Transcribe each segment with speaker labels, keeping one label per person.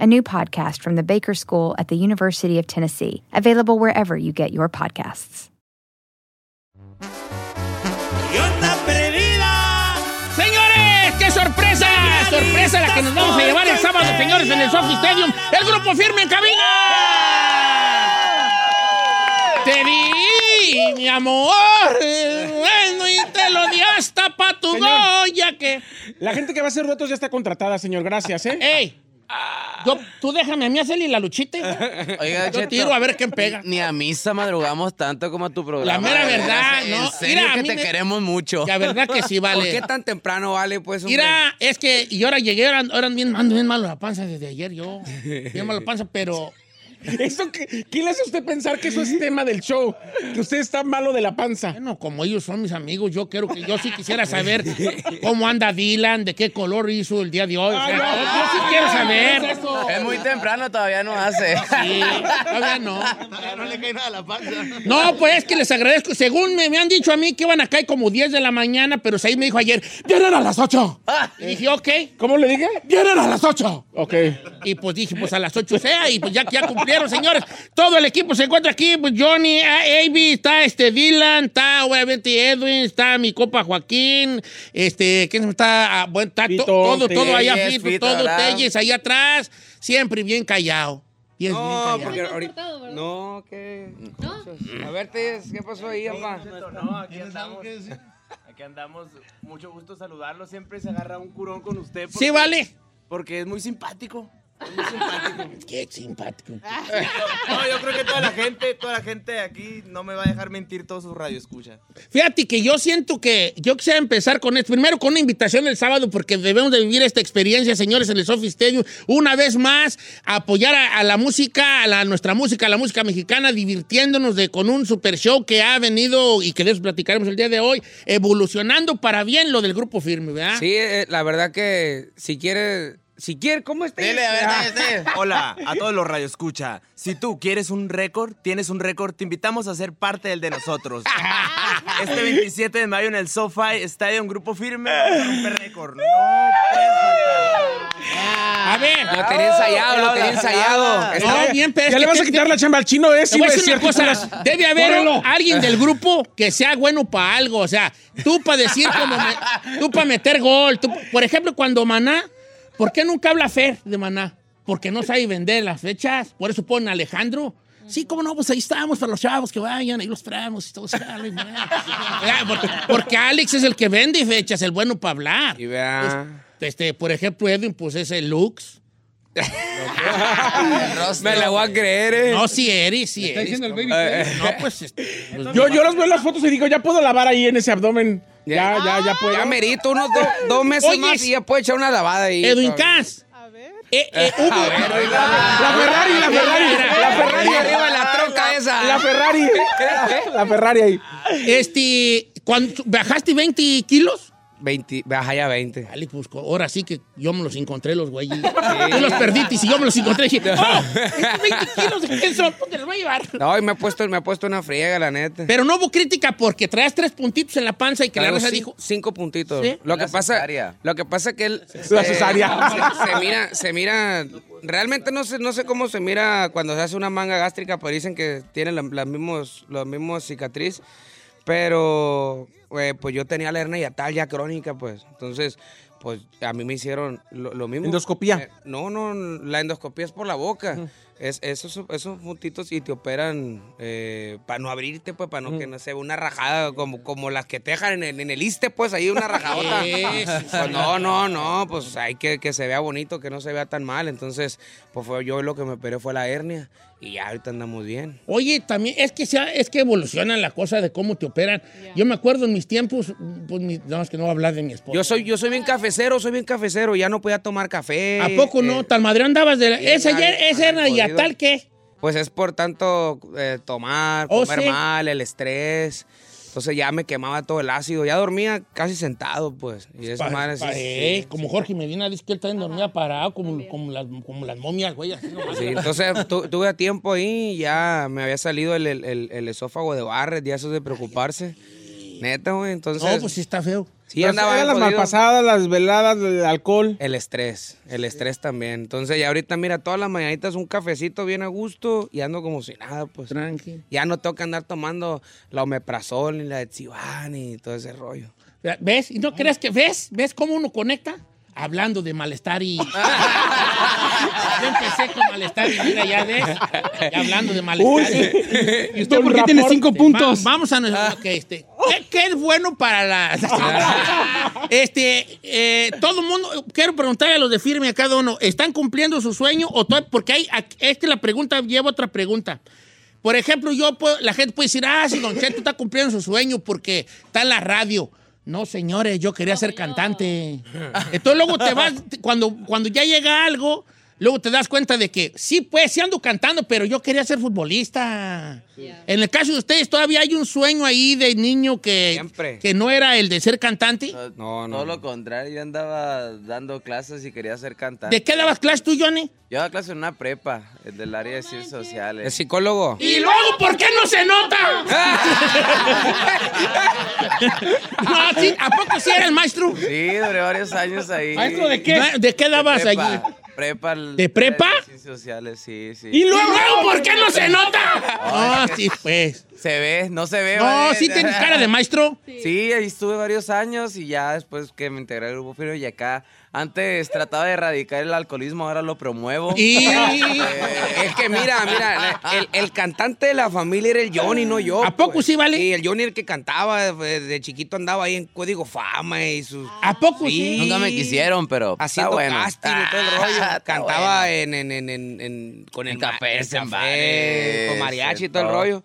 Speaker 1: a new podcast from the Baker School at the University of Tennessee, available wherever you get your podcasts.
Speaker 2: ¡Y onda perdida! ¡Señores! ¡Qué sorpresa! ¡Sorpresa la que nos vamos a llevar el sábado, señores, en el Sophie Stadium! ¡El grupo firme en cabina! ¡Te vi, mi amor! Bueno, y te lo di hasta pa' tu
Speaker 3: Señor.
Speaker 2: Goya que...
Speaker 3: La gente que va a hacer retos ya está contratada, señor. Gracias, ¿eh?
Speaker 2: ¡Ey! Yo, tú déjame a mí hacerle la luchita.
Speaker 4: Oiga,
Speaker 2: Yo
Speaker 4: Cheto,
Speaker 2: tiro a ver quién pega.
Speaker 4: Ni a misa madrugamos tanto como a tu programa.
Speaker 2: La mera
Speaker 4: de
Speaker 2: verdad,
Speaker 4: En
Speaker 2: ¿no?
Speaker 4: serio
Speaker 2: Mira, a
Speaker 4: que
Speaker 2: mí
Speaker 4: te
Speaker 2: me-
Speaker 4: queremos mucho.
Speaker 2: La verdad que sí, vale.
Speaker 4: ¿Por qué tan temprano vale, pues? hombre?
Speaker 2: Mira, es que y ahora llegué, eran, eran bien, ando bien malo la panza desde ayer yo. Bien malo la panza, pero
Speaker 3: ¿Eso qué, ¿Quién le hace a usted pensar que eso es tema del show? Que usted está malo de la panza.
Speaker 2: bueno, como ellos son mis amigos, yo quiero que yo sí quisiera saber cómo anda Dylan, de qué color hizo el día de hoy. O sea,
Speaker 3: Ay, no,
Speaker 2: yo, yo sí
Speaker 3: ay,
Speaker 2: quiero
Speaker 3: no,
Speaker 2: saber.
Speaker 3: ¿qué es eso?
Speaker 4: Es muy temprano, todavía no hace.
Speaker 2: Sí, todavía no. No le cae nada la panza. No, pues es que les agradezco. Según me, me han dicho a mí que iban a caer como 10 de la mañana, pero Said me dijo ayer, vienen a las 8.
Speaker 4: Ah.
Speaker 2: Y dije, ok,
Speaker 3: ¿Cómo le dije?
Speaker 2: vienen a las 8.
Speaker 3: Ok.
Speaker 2: Y pues dije, pues a las 8 sea, y pues ya, ya cumplieron, señores. Todo el equipo se encuentra aquí, pues Johnny, A- AB, está este Dylan, está obviamente Edwin, está mi copa Joaquín, este, ¿quién está? Ah, bueno, está to-
Speaker 3: Fito,
Speaker 2: todo, todo allá,
Speaker 4: Telles,
Speaker 2: Fito,
Speaker 4: Fito,
Speaker 2: todo
Speaker 4: ¿verdad?
Speaker 2: Telles ahí atrás, siempre bien callado. Bien,
Speaker 5: No,
Speaker 2: bien callado.
Speaker 5: porque
Speaker 6: No te has
Speaker 5: ahorita.
Speaker 6: portado, ¿verdad? Ah.
Speaker 5: No, que. A ver, Tess, Pues, ¿qué pasó ahí, papá?
Speaker 7: No, aquí andamos. Aquí andamos. Mucho gusto saludarlo. Siempre se agarra un curón con usted.
Speaker 2: Sí, vale.
Speaker 7: Porque es muy simpático. Es muy simpático.
Speaker 2: Qué simpático.
Speaker 5: Ah.
Speaker 7: No, yo creo que toda la gente, toda la gente de aquí no me va a dejar mentir todos sus radioescuchas.
Speaker 2: Fíjate que yo siento que yo quisiera empezar con esto. Primero con una invitación el sábado porque debemos de vivir esta experiencia, señores, en el Sophie Stadium. Una vez más, apoyar a, a la música, a la- nuestra música, a la música mexicana, divirtiéndonos de, con un super show que ha venido y que de eso platicaremos el día de hoy, evolucionando para bien lo del grupo firme, ¿verdad?
Speaker 5: Sí, eh, la verdad que si quiere. Si quiere, ¿cómo está?
Speaker 4: Dile, a ver,
Speaker 5: Ah,
Speaker 4: dale, dale.
Speaker 7: Hola a todos los radioescucha. Si tú quieres un récord, tienes un récord, te invitamos a ser parte del de nosotros. Este 27 de mayo en el SoFi Stadium Grupo Firme, vamos a romper récord. No puedes faltar.
Speaker 2: A ver.
Speaker 5: Lo tenía ensayado, lo tenía ensayado.
Speaker 2: No, bien, pero es
Speaker 3: ¿Ya le
Speaker 2: que
Speaker 3: vas a
Speaker 2: te-
Speaker 3: quitar la chamba al chino, eh?
Speaker 2: Te
Speaker 3: Sí,
Speaker 2: voy a
Speaker 3: me
Speaker 2: decir una
Speaker 3: decía,
Speaker 2: cosa. Debe haber
Speaker 3: Córrelo.
Speaker 2: alguien del grupo que sea bueno para algo. O sea, tú para decir como... me- tú para meter gol. tú- por ejemplo, cuando Maná... ¿Por qué nunca habla Fer de Maná? Porque no sabe vender las fechas. Por eso ponen a Alejandro. Sí, cómo no, pues ahí estamos para los chavos que vayan, ahí los esperamos y todo sale, maná. Ya, porque, porque Alex es el que vende fechas, el bueno para hablar.
Speaker 5: Y vea.
Speaker 2: Este, por ejemplo, Edwin, pues es el Lux.
Speaker 5: Me la voy a creer, eh.
Speaker 2: No, si eres, si
Speaker 6: Está
Speaker 2: eres.
Speaker 6: diciendo el baby face.
Speaker 2: No, pues este,
Speaker 3: Yo, yo los veo en las fotos y digo, ya puedo lavar ahí en ese abdomen. Ya, ya, ya puedo.
Speaker 5: Ya merito unos do- dos meses
Speaker 2: Oye,
Speaker 5: más y ya puede echar una lavada ahí.
Speaker 2: Edwin Cass.
Speaker 6: A ver.
Speaker 2: Eh, eh, hubo-
Speaker 3: La Ferrari, la Ferrari.
Speaker 2: Mira,
Speaker 3: La Ferrari
Speaker 5: Ferrari
Speaker 3: arriba.
Speaker 5: arriba en la troca esa.
Speaker 3: La Ferrari. La Ferrari ahí.
Speaker 2: Este, ¿cuánto- ¿bajaste 20 kilos?
Speaker 5: 20, baja ya 20.
Speaker 2: Dale, pues, co- ahora sí que yo me los encontré, los güeyes. Tú los perdiste y si yo me los encontré, dije, ¡oh! estos 20 kilos de queso, ¿dónde los voy a llevar?
Speaker 5: No, y me ha puesto, me ha puesto una friega, la neta.
Speaker 2: Pero no hubo crítica porque traes tres puntitos en la panza y que la
Speaker 5: Traigo
Speaker 2: raza
Speaker 5: cin-
Speaker 2: dijo,
Speaker 5: Cinco puntitos.
Speaker 2: ¿Sí?
Speaker 5: Lo, que
Speaker 4: Una
Speaker 5: pasa,
Speaker 4: cesárea.
Speaker 5: lo que pasa que él... eh,
Speaker 3: La cesárea.
Speaker 5: Se, se mira, se mira... Realmente no sé, no sé cómo se mira cuando se hace una manga gástrica, pero dicen que tiene la- las mismos, las mismas cicatriz. Pero, eh, pues yo tenía la hernia tal, ya crónica, pues. Entonces, pues a mí me hicieron lo, lo mismo.
Speaker 3: Endoscopía.
Speaker 5: Eh, no, no, la endoscopía es por la boca. Es, esos, esos puntitos y te operan para no abrirte, pues, para no que no se vea una rajada como, como las que te dejan en, el- en el iste, pues, ahí una rajadota.
Speaker 2: Sí, sí, sí.
Speaker 5: Pues, no, no, no, pues hay que que se vea bonito, que no se vea tan mal. Entonces, pues fue, yo lo que me operé fue la hernia y ya ahorita andamos bien.
Speaker 2: Oye, también es que sea, es que evoluciona la cosa de cómo te operan. Yo me acuerdo en mis tiempos, pues mi- no es que no voy a hablar de mi esposa.
Speaker 5: Yo soy, yo soy bien cafecero, soy bien cafecero, ya no podía tomar café.
Speaker 2: ¿A poco
Speaker 5: eh,
Speaker 2: no? Tan madre andabas de la-
Speaker 5: sí,
Speaker 2: esa ya,
Speaker 5: andaba bien
Speaker 2: esa era ya
Speaker 5: jodido.
Speaker 2: tal que.
Speaker 5: Pues es por tanto eh, tomar,
Speaker 2: Oh,
Speaker 5: comer
Speaker 2: sí.
Speaker 5: mal, el estrés. Entonces ya me quemaba todo el ácido. Ya dormía casi sentado, pues. Y esa madre sí,
Speaker 2: Eh,
Speaker 5: sí.
Speaker 2: como Jorge Medina dice que él también dormía parado, como, como, las, como las momias, güey. así nomás.
Speaker 5: Sí, entonces tu- tuve a tiempo ahí y ya me había salido el, el- el- el esófago de Barrett, ya eso de preocuparse. Neta, güey. Entonces.
Speaker 2: no, pues sí está feo.
Speaker 5: sí, andaba bien
Speaker 3: las
Speaker 5: jodido.
Speaker 3: malpasadas, las veladas, el alcohol.
Speaker 5: El estrés, el estrés también. Entonces ya ahorita, mira, todas las mañanitas un cafecito bien a gusto y ando como si nada, pues.
Speaker 2: Tranqui.
Speaker 5: Ya no tengo que andar tomando la omeprazol ni la Etsivan y todo ese rollo.
Speaker 2: ¿Ves? ¿Y no crees que ves? ¿Ves cómo uno conecta? Hablando de malestar y. Yo empecé con malestar y mira, ya ves. Ya hablando de malestar.
Speaker 3: ¿Y
Speaker 2: usted por
Speaker 3: qué tiene cinco
Speaker 2: Va- vamos a nuestro. ok, este, ¿qué, qué es bueno para la. este, eh, todo el mundo. Quiero preguntarle a los de firme a cada uno: ¿están cumpliendo su sueño? o todavía- Porque hay. aquí- Es que la pregunta lleva otra pregunta. Por ejemplo, yo puedo- la gente puede decir, ah, si Don Cheto está cumpliendo su sueño porque está en la radio. No, señores, yo quería ser cantante. Entonces luego te vas, te- cuando, cuando ya llega algo, luego te das cuenta de que sí, pues, sí ando cantando, pero yo quería ser futbolista. En el caso de ustedes, todavía hay un sueño ahí de niño que,
Speaker 5: Siempre.
Speaker 2: que no era el de ser cantante.
Speaker 5: No, no.
Speaker 4: Todo lo contrario, yo andaba dando clases y quería ser cantante.
Speaker 2: ¿De qué dabas clase tú, Johnny?
Speaker 4: Yo daba clases en una prepa, el del área de ciencias sociales.
Speaker 5: ¿Es psicólogo?
Speaker 2: Y luego, ¿por qué no se nota? no, sí, ¿A poco sí era el maestro?
Speaker 4: Sí, duré varios años ahí.
Speaker 3: ¿Maestro de qué?
Speaker 2: No, ¿De qué dabas allí?
Speaker 4: Prepa, prepa. el-
Speaker 2: ¿De prepa?
Speaker 4: Ciencias sociales, sí, sí.
Speaker 3: Y
Speaker 2: ¿Y
Speaker 3: luego,
Speaker 2: luego por qué no se nota? Ah, sí, pues.
Speaker 4: Se ve, no se ve.
Speaker 2: No,
Speaker 4: ¿vale?
Speaker 2: sí tienes cara de maestro.
Speaker 4: Sí, ahí estuve varios años y ya después que me integré al grupo Firo y acá. Antes trataba de erradicar el alcoholismo, ahora lo promuevo.
Speaker 2: Y
Speaker 5: Es que mira, mira, el, el cantante de la familia era el Johnny, no yo. pues.
Speaker 2: ¿A poco sí, vale?
Speaker 5: Sí, el Johnny el que cantaba, de chiquito andaba ahí en Código Fama y sus...
Speaker 2: ¿A poco sí?
Speaker 4: Nunca me quisieron, pero
Speaker 5: Haciendo
Speaker 4: está bueno.
Speaker 5: casting y todo el
Speaker 4: Ah,
Speaker 5: rollo.
Speaker 4: está
Speaker 5: Cantaba
Speaker 4: bueno.
Speaker 5: en, en, en, en- en- con el
Speaker 4: En
Speaker 5: ma-
Speaker 4: cafés, en
Speaker 5: café,
Speaker 4: bares,
Speaker 5: con mariachi y
Speaker 4: en
Speaker 5: todo el
Speaker 4: todo.
Speaker 5: rollo.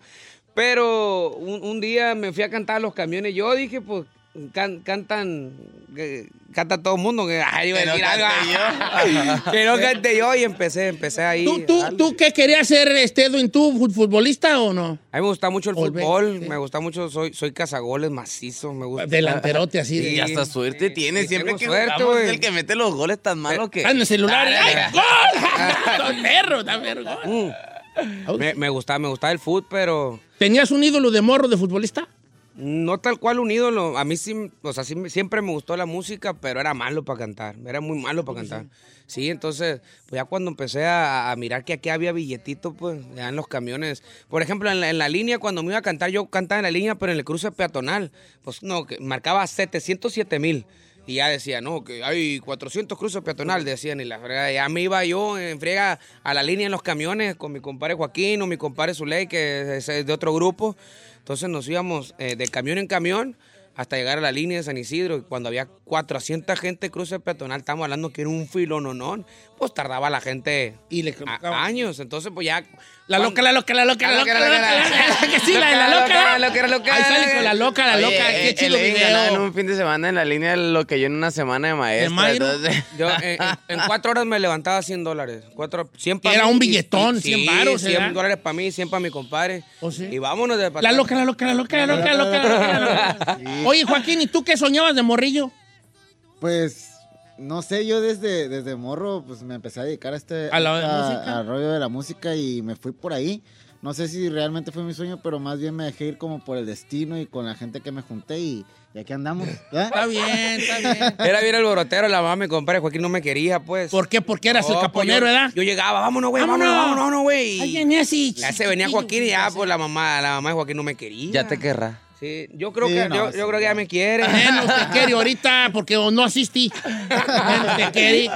Speaker 5: Pero un, un día me fui a cantar a los camiones. Yo dije, pues, can- cantan, que- canta todo el mundo. Que, ay, iba a
Speaker 4: Que no
Speaker 5: decir algo.
Speaker 4: cante
Speaker 5: que no cante yo. Y empecé, empecé ahí.
Speaker 2: ¿Tú, tú,
Speaker 5: a darle.
Speaker 2: ¿Tú qué querías ser, este, Edwin? ¿Tú fu- futbolista o no?
Speaker 5: A mí me gusta mucho el
Speaker 2: Volver,
Speaker 5: fútbol.
Speaker 2: sí.
Speaker 5: Me gusta mucho, soy, soy cazagoles macizo. Me gusta.
Speaker 2: Delanterote así.
Speaker 4: Y
Speaker 2: De...
Speaker 4: hasta suerte tiene.
Speaker 5: Y
Speaker 4: Siempre
Speaker 5: tengo
Speaker 4: que
Speaker 5: suerte,
Speaker 4: jugamos, es
Speaker 5: güey.
Speaker 4: el que mete los goles tan malo que.
Speaker 2: Ah, en el celular. ¡Ay, gol! ¡Está perro, está perro, gol!
Speaker 5: Mm. Me, me gustaba, me gustaba el fútbol, pero...
Speaker 2: ¿Tenías un ídolo de morro de futbolista?
Speaker 5: No tal cual un ídolo. A mí sí, o sea, sí me- siempre me gustó la música, pero era malo para cantar. Era muy malo para cantar. Sí, entonces, pues ya cuando empecé a, a mirar que aquí había billetito, pues, ya en los camiones. Por ejemplo, en la, en la línea, cuando me iba a cantar, yo cantaba en la línea, pero en el cruce peatonal, pues no, que marcaba 707 mil. Y ya decía, no, que hay 400 cruces peatonal, decían, y la fregada. Ya me iba yo en frega a la línea en los camiones con mi compadre Joaquín o mi compadre Zuley, que es es de otro grupo. Entonces nos íbamos eh, de camión en camión hasta llegar a la línea de San Isidro. Y cuando había 400 gente cruce peatonal, estamos hablando que era un filononón, pues tardaba la gente
Speaker 2: Y le
Speaker 5: a- años. Entonces, pues ya.
Speaker 2: La loca, la loca, la loca, la loca, la loca. la loca. Que sí, la de la loca. ¿eh?
Speaker 5: La loca, la loca, la
Speaker 2: Ahí
Speaker 5: loca.
Speaker 2: sale con la loca, la
Speaker 4: Oye,
Speaker 2: loca. Qué
Speaker 4: eh,
Speaker 2: chido
Speaker 4: Elaine ganó en
Speaker 2: video.
Speaker 4: un fin de semana en la línea lo que yo en una semana de maestra.
Speaker 2: Mayro?
Speaker 4: entonces- eh,
Speaker 5: Yo en, en- en cuatro horas me levantaba 100 dólares. Cuatro, 100 pa'
Speaker 2: Era
Speaker 5: mí
Speaker 2: un
Speaker 5: y-
Speaker 2: billetón,
Speaker 5: y-
Speaker 2: 100
Speaker 5: sí,
Speaker 2: varos,
Speaker 5: 100
Speaker 2: ¿verdad?
Speaker 5: dólares para mí, 100 para mi compadre.
Speaker 2: Oh, sí.
Speaker 5: Y vámonos de pa'
Speaker 2: La
Speaker 5: atrás.
Speaker 2: loca, la loca, la loca, la loca, la loca, la loca, la loca. Oye, Joaquín, ¿y tú qué soñabas de morrillo?
Speaker 6: Pues no sé, yo desde, desde morro pues me empecé a dedicar a este
Speaker 2: ¿A la
Speaker 6: esta-
Speaker 2: música?
Speaker 6: al rollo de la música y me fui por ahí. No sé si realmente fue mi sueño, pero más bien me dejé ir como por el destino y con la gente que me junté y, y aquí andamos. ¿verdad?
Speaker 2: Está bien, está bien.
Speaker 5: Era bien el borotero, la mamá, mi compadre Joaquín no me quería, pues.
Speaker 2: ¿Por qué? Porque eras el
Speaker 5: No, pues,
Speaker 2: caponero,
Speaker 5: yo,
Speaker 2: ¿verdad?
Speaker 5: Yo llegaba, vámonos, güey, vámonos,
Speaker 2: Vámonos.
Speaker 5: vámonos, vámonos, güey.
Speaker 2: Ay, venía así.
Speaker 5: Ya se venía
Speaker 2: chiquillo,
Speaker 5: Joaquín y ya, pues la mamá, la mamá de Joaquín no me quería.
Speaker 4: Ya te querrá.
Speaker 5: Sí, yo creo
Speaker 6: Sí,
Speaker 5: que
Speaker 6: no,
Speaker 5: yo, yo
Speaker 6: sí,
Speaker 5: creo que ya
Speaker 6: no.
Speaker 5: me quiere.
Speaker 2: Menos te quiere ahorita porque o no asistí. Menos te quiere.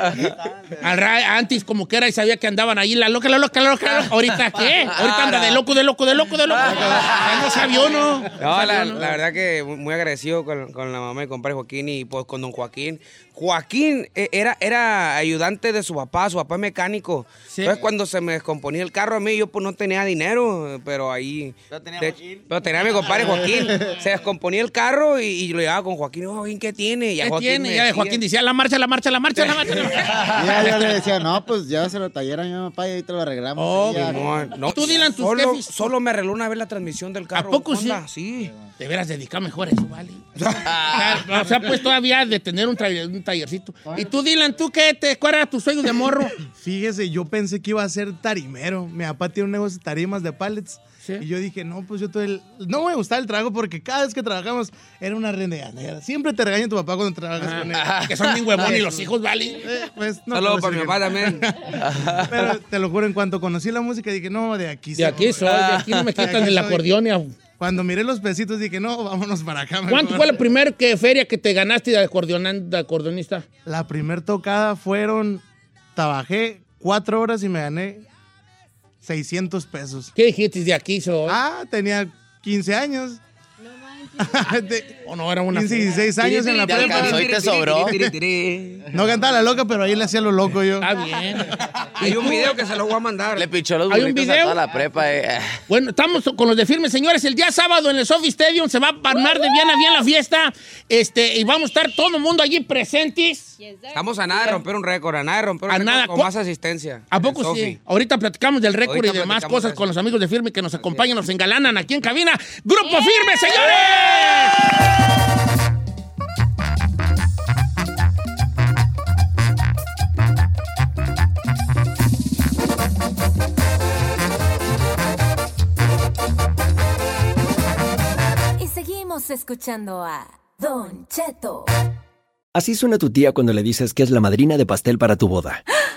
Speaker 2: Al ra- antes como que era y sabía que andaban ahí la loca, la loca, la loca. la loca. Ahorita qué? Ahorita anda de loco, de loco, de loco, de loco. Ya no sabía uno.
Speaker 5: Ah, No, la, la verdad que mu- muy agradecido con, con la mamá de compadre Joaquín y pues con don Joaquín. Joaquín eh, era, era ayudante de su papá, su papá es mecánico.
Speaker 2: Sí.
Speaker 5: Entonces cuando se me descomponía el carro a mí, yo pues no tenía dinero, pero ahí...
Speaker 8: Pero tenía
Speaker 5: de-
Speaker 8: Joaquín.
Speaker 5: pero tenía a mi compadre Joaquín. se descomponía el carro y, y yo lo llevaba con Joaquín. "Oh, Joaquín, ¿qué tiene? Y a
Speaker 2: ¿Qué
Speaker 5: Joaquín
Speaker 2: tiene?
Speaker 5: me
Speaker 2: Ya de
Speaker 5: decía-
Speaker 2: Joaquín decía la marcha, la marcha, la marcha, la marcha. la marcha.
Speaker 6: Ya, yo le decía, no, pues llévaselo al taller a mi papá y ahí te lo arreglamos.
Speaker 2: Oh,
Speaker 6: Y ya,
Speaker 5: No, no,
Speaker 2: Tú dile a tus
Speaker 5: solo,
Speaker 2: jefes.
Speaker 5: solo me arregló una vez la transmisión del carro.
Speaker 2: poco
Speaker 5: Honda, Sí.
Speaker 2: Deberás dedicar mejor a eso, vale. o sea, pues todavía de tener un, tra- un tallercito. Y tú, Dylan, ¿tú qué te cuál era tu sueño de morro?
Speaker 9: Fíjese, yo pensé que iba a ser tarimero. Mi papá tiene un negocio de tarimas de pallets.
Speaker 2: Sí.
Speaker 9: Y yo dije, no, pues yo todo el... No me gustaba el trabajo porque cada vez que trabajamos era una renegadera. Siempre te regaña tu papá cuando trabajas con él.
Speaker 2: Ah, que son bien huevones los hijos, vale.
Speaker 9: Ah, Eh, pues, no
Speaker 5: Solo
Speaker 9: puedo
Speaker 5: para mi
Speaker 9: decir
Speaker 5: papá también.
Speaker 9: que no. Pero te lo juro, en cuanto conocí la música dije, no, de aquí
Speaker 2: De aquí soy, de aquí no me
Speaker 9: De aquí
Speaker 2: quitan el
Speaker 9: soy.
Speaker 2: acordeón. ya.
Speaker 9: Cuando miré los pesitos dije, no, vámonos para acá.
Speaker 2: ¿Cuánto
Speaker 9: mejor".
Speaker 2: fue la primera que, feria que te ganaste de, acordeonan- de acordeonista?
Speaker 9: La primer tocada fueron, trabajé cuatro horas y me gané 600 pesos.
Speaker 2: ¿Qué dijiste de aquí? soy?
Speaker 9: Ah, tenía 15 años. De-
Speaker 2: ¿O Oh, no era una
Speaker 9: 15,
Speaker 2: feria?
Speaker 9: 16 años en la
Speaker 8: Te alcanzó
Speaker 9: prepa.
Speaker 8: y te sobró.
Speaker 9: No cantaba la loca, pero ahí le hacía lo loco yo.
Speaker 2: Está bien.
Speaker 5: Hay un video que se lo voy a mandar.
Speaker 8: Le pichó los
Speaker 2: ¿Hay un
Speaker 8: burritos a
Speaker 2: video?
Speaker 8: toda la prepa. eh.
Speaker 2: Bueno, estamos con los de firme, señores. El día sábado en el Sofi Stadium se va a armar de bien a bien la fiesta. Este, y vamos a estar todo el mundo allí presentes.
Speaker 5: Estamos a nada de romper un récord, a nada de romper un
Speaker 2: A
Speaker 5: récord
Speaker 2: nada.
Speaker 5: con
Speaker 2: ¿Cu-
Speaker 5: más asistencia.
Speaker 2: ¿A
Speaker 5: El
Speaker 2: poco
Speaker 5: Sofi.
Speaker 2: sí? Ahorita platicamos del récord y
Speaker 5: Ahorita
Speaker 2: demás
Speaker 5: platicamos
Speaker 2: cosas
Speaker 5: de
Speaker 2: con
Speaker 5: eso.
Speaker 2: los amigos de Firme que nos acompañan, nos engalanan aquí en cabina. ¡Grupo Firme, señores!
Speaker 10: Y seguimos escuchando a Don Cheto.
Speaker 11: Así suena tu tía cuando le dices que es la madrina de pastel para tu boda.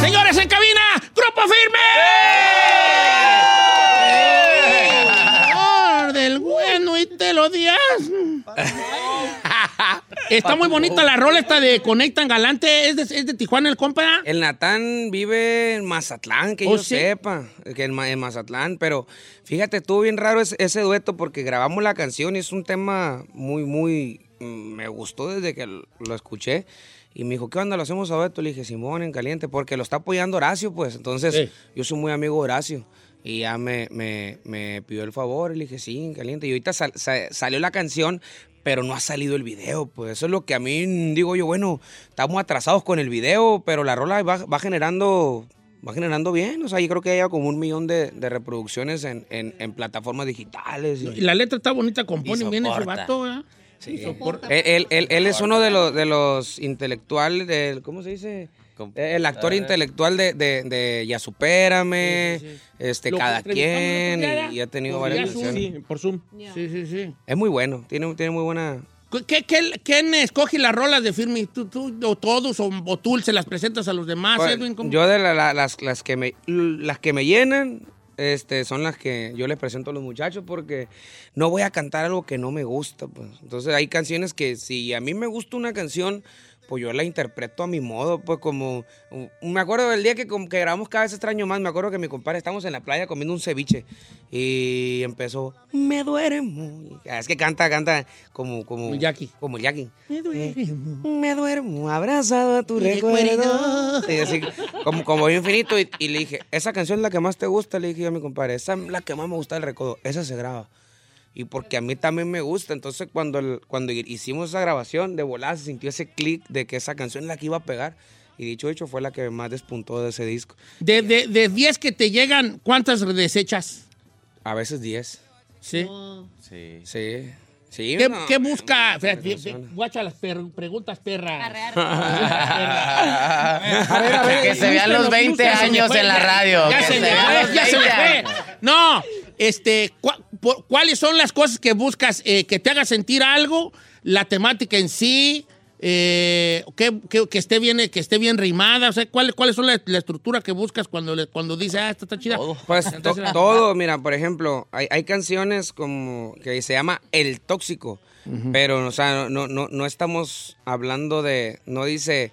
Speaker 2: Señores en cabina, grupo firme. Señor Del bueno y te lo días. Está muy bonita la rola esta de Conectan Galante. ¿Es de, es de Tijuana el compa?
Speaker 5: El Natán vive en Mazatlán, que
Speaker 2: Oh,
Speaker 5: yo
Speaker 2: sí.
Speaker 5: sepa, que en, Ma- en Mazatlán, pero fíjate, estuvo bien raro ese, ese dueto porque grabamos la canción y es un tema muy, muy, mm, me gustó desde que l- lo escuché. Y me dijo, ¿qué onda? ¿Lo hacemos a dueto? Le dije, Simón, en caliente, porque lo está apoyando Horacio, pues. Entonces,
Speaker 2: Sí.
Speaker 5: yo soy muy amigo de Horacio. Y ya me, me- me pidió el favor y le dije, sí, en caliente. Y ahorita sal- sa- salió la canción, pero no ha salido el video. Pues eso es lo que a mí mm, digo yo, bueno, estamos atrasados con el video, pero la rola va, va generando va generando bien. O sea, yo creo que haya como un millón de, de reproducciones en, en- en plataformas digitales. y-
Speaker 2: Y la letra está bonita, compone
Speaker 8: Y
Speaker 2: bien ese
Speaker 8: soporta.
Speaker 2: vato, ¿verdad?
Speaker 5: sí.
Speaker 2: soporta.
Speaker 5: Él, él- él- él es uno de los, de los intelectuales, del, ¿cómo se dice?
Speaker 8: Com-
Speaker 5: El actor intelectual de, de- de Ya Supérame, este,
Speaker 2: Lo
Speaker 5: Cada
Speaker 2: entrevistamos el
Speaker 5: Quien,
Speaker 2: otro día,
Speaker 5: y, y ha tenido
Speaker 2: por
Speaker 5: varias
Speaker 2: Ya Su-
Speaker 5: canciones.
Speaker 3: Sí, por Zoom.
Speaker 2: Sí, sí, sí.
Speaker 5: Es muy bueno, tiene, tiene muy buena...
Speaker 2: ¿Qué- qué- ¿Quién escoge las rolas de firme? ¿Tú, tú o todos o, o tú se las presentas a los demás,
Speaker 5: Bueno,
Speaker 2: Edwin? ¿Cómo?
Speaker 5: yo de la- la- las, las que me las que me llenan este, son las que yo les presento a los muchachos porque no voy a cantar algo que no me gusta. pues. Entonces hay canciones que si a mí me gusta una canción, pues yo la interpreto a mi modo, pues como... u- Me acuerdo del día que, com- que grabamos Cada vez extraño más, me acuerdo que mi compadre, estamos en la playa comiendo un ceviche y empezó... Me duele muy. Es que canta, canta como... Como el Jackie. Como el Jackie.
Speaker 8: Me duermo.
Speaker 5: Me duermo abrazado a tu recuerdo. Sí, así, como, como yo infinito. Y, y le dije, esa canción es la que más te gusta, le dije yo a mi compadre. Esa es la que más me gusta del recodo. Esa se graba. Y porque a mí también me gusta. Entonces, cuando, el- cuando hicimos esa grabación de volada, se sintió ese clic de que esa canción es la que iba a pegar. Y dicho hecho, fue la que más despuntó de ese disco.
Speaker 2: De, de, de 10 que te llegan, ¿cuántas desechas?
Speaker 5: A veces 10.
Speaker 2: ¿Sí?
Speaker 5: Sí. Sí. Sí.
Speaker 2: ¿Qué,
Speaker 5: no.
Speaker 2: qué busca? Fíjate, fíjate, Guacha las per- preguntas perras.
Speaker 8: A ver, a ver, Que se vean los 20
Speaker 2: Ya se me
Speaker 8: años
Speaker 2: fue,
Speaker 8: en la
Speaker 2: ya-
Speaker 8: radio,
Speaker 2: Ya
Speaker 8: que
Speaker 2: se
Speaker 8: se
Speaker 2: me
Speaker 8: vean
Speaker 2: fue,
Speaker 8: los
Speaker 2: ya se me
Speaker 8: 20
Speaker 2: fue. No, este, cua- por- ¿cuáles son las cosas que buscas eh, que te haga sentir algo? La temática en sí, eh, que, que- que esté bien, eh, que esté bien rimada, o sea, ¿cuál, ¿cuáles son la, la estructura que buscas cuando, le- cuando dices, ah, esta está chida?
Speaker 5: Pues to-
Speaker 2: Entonces, la-
Speaker 5: todo, mira, por ejemplo, hay, hay canciones como que se llama El Tóxico, pero o sea, no, no, no estamos hablando de, no dice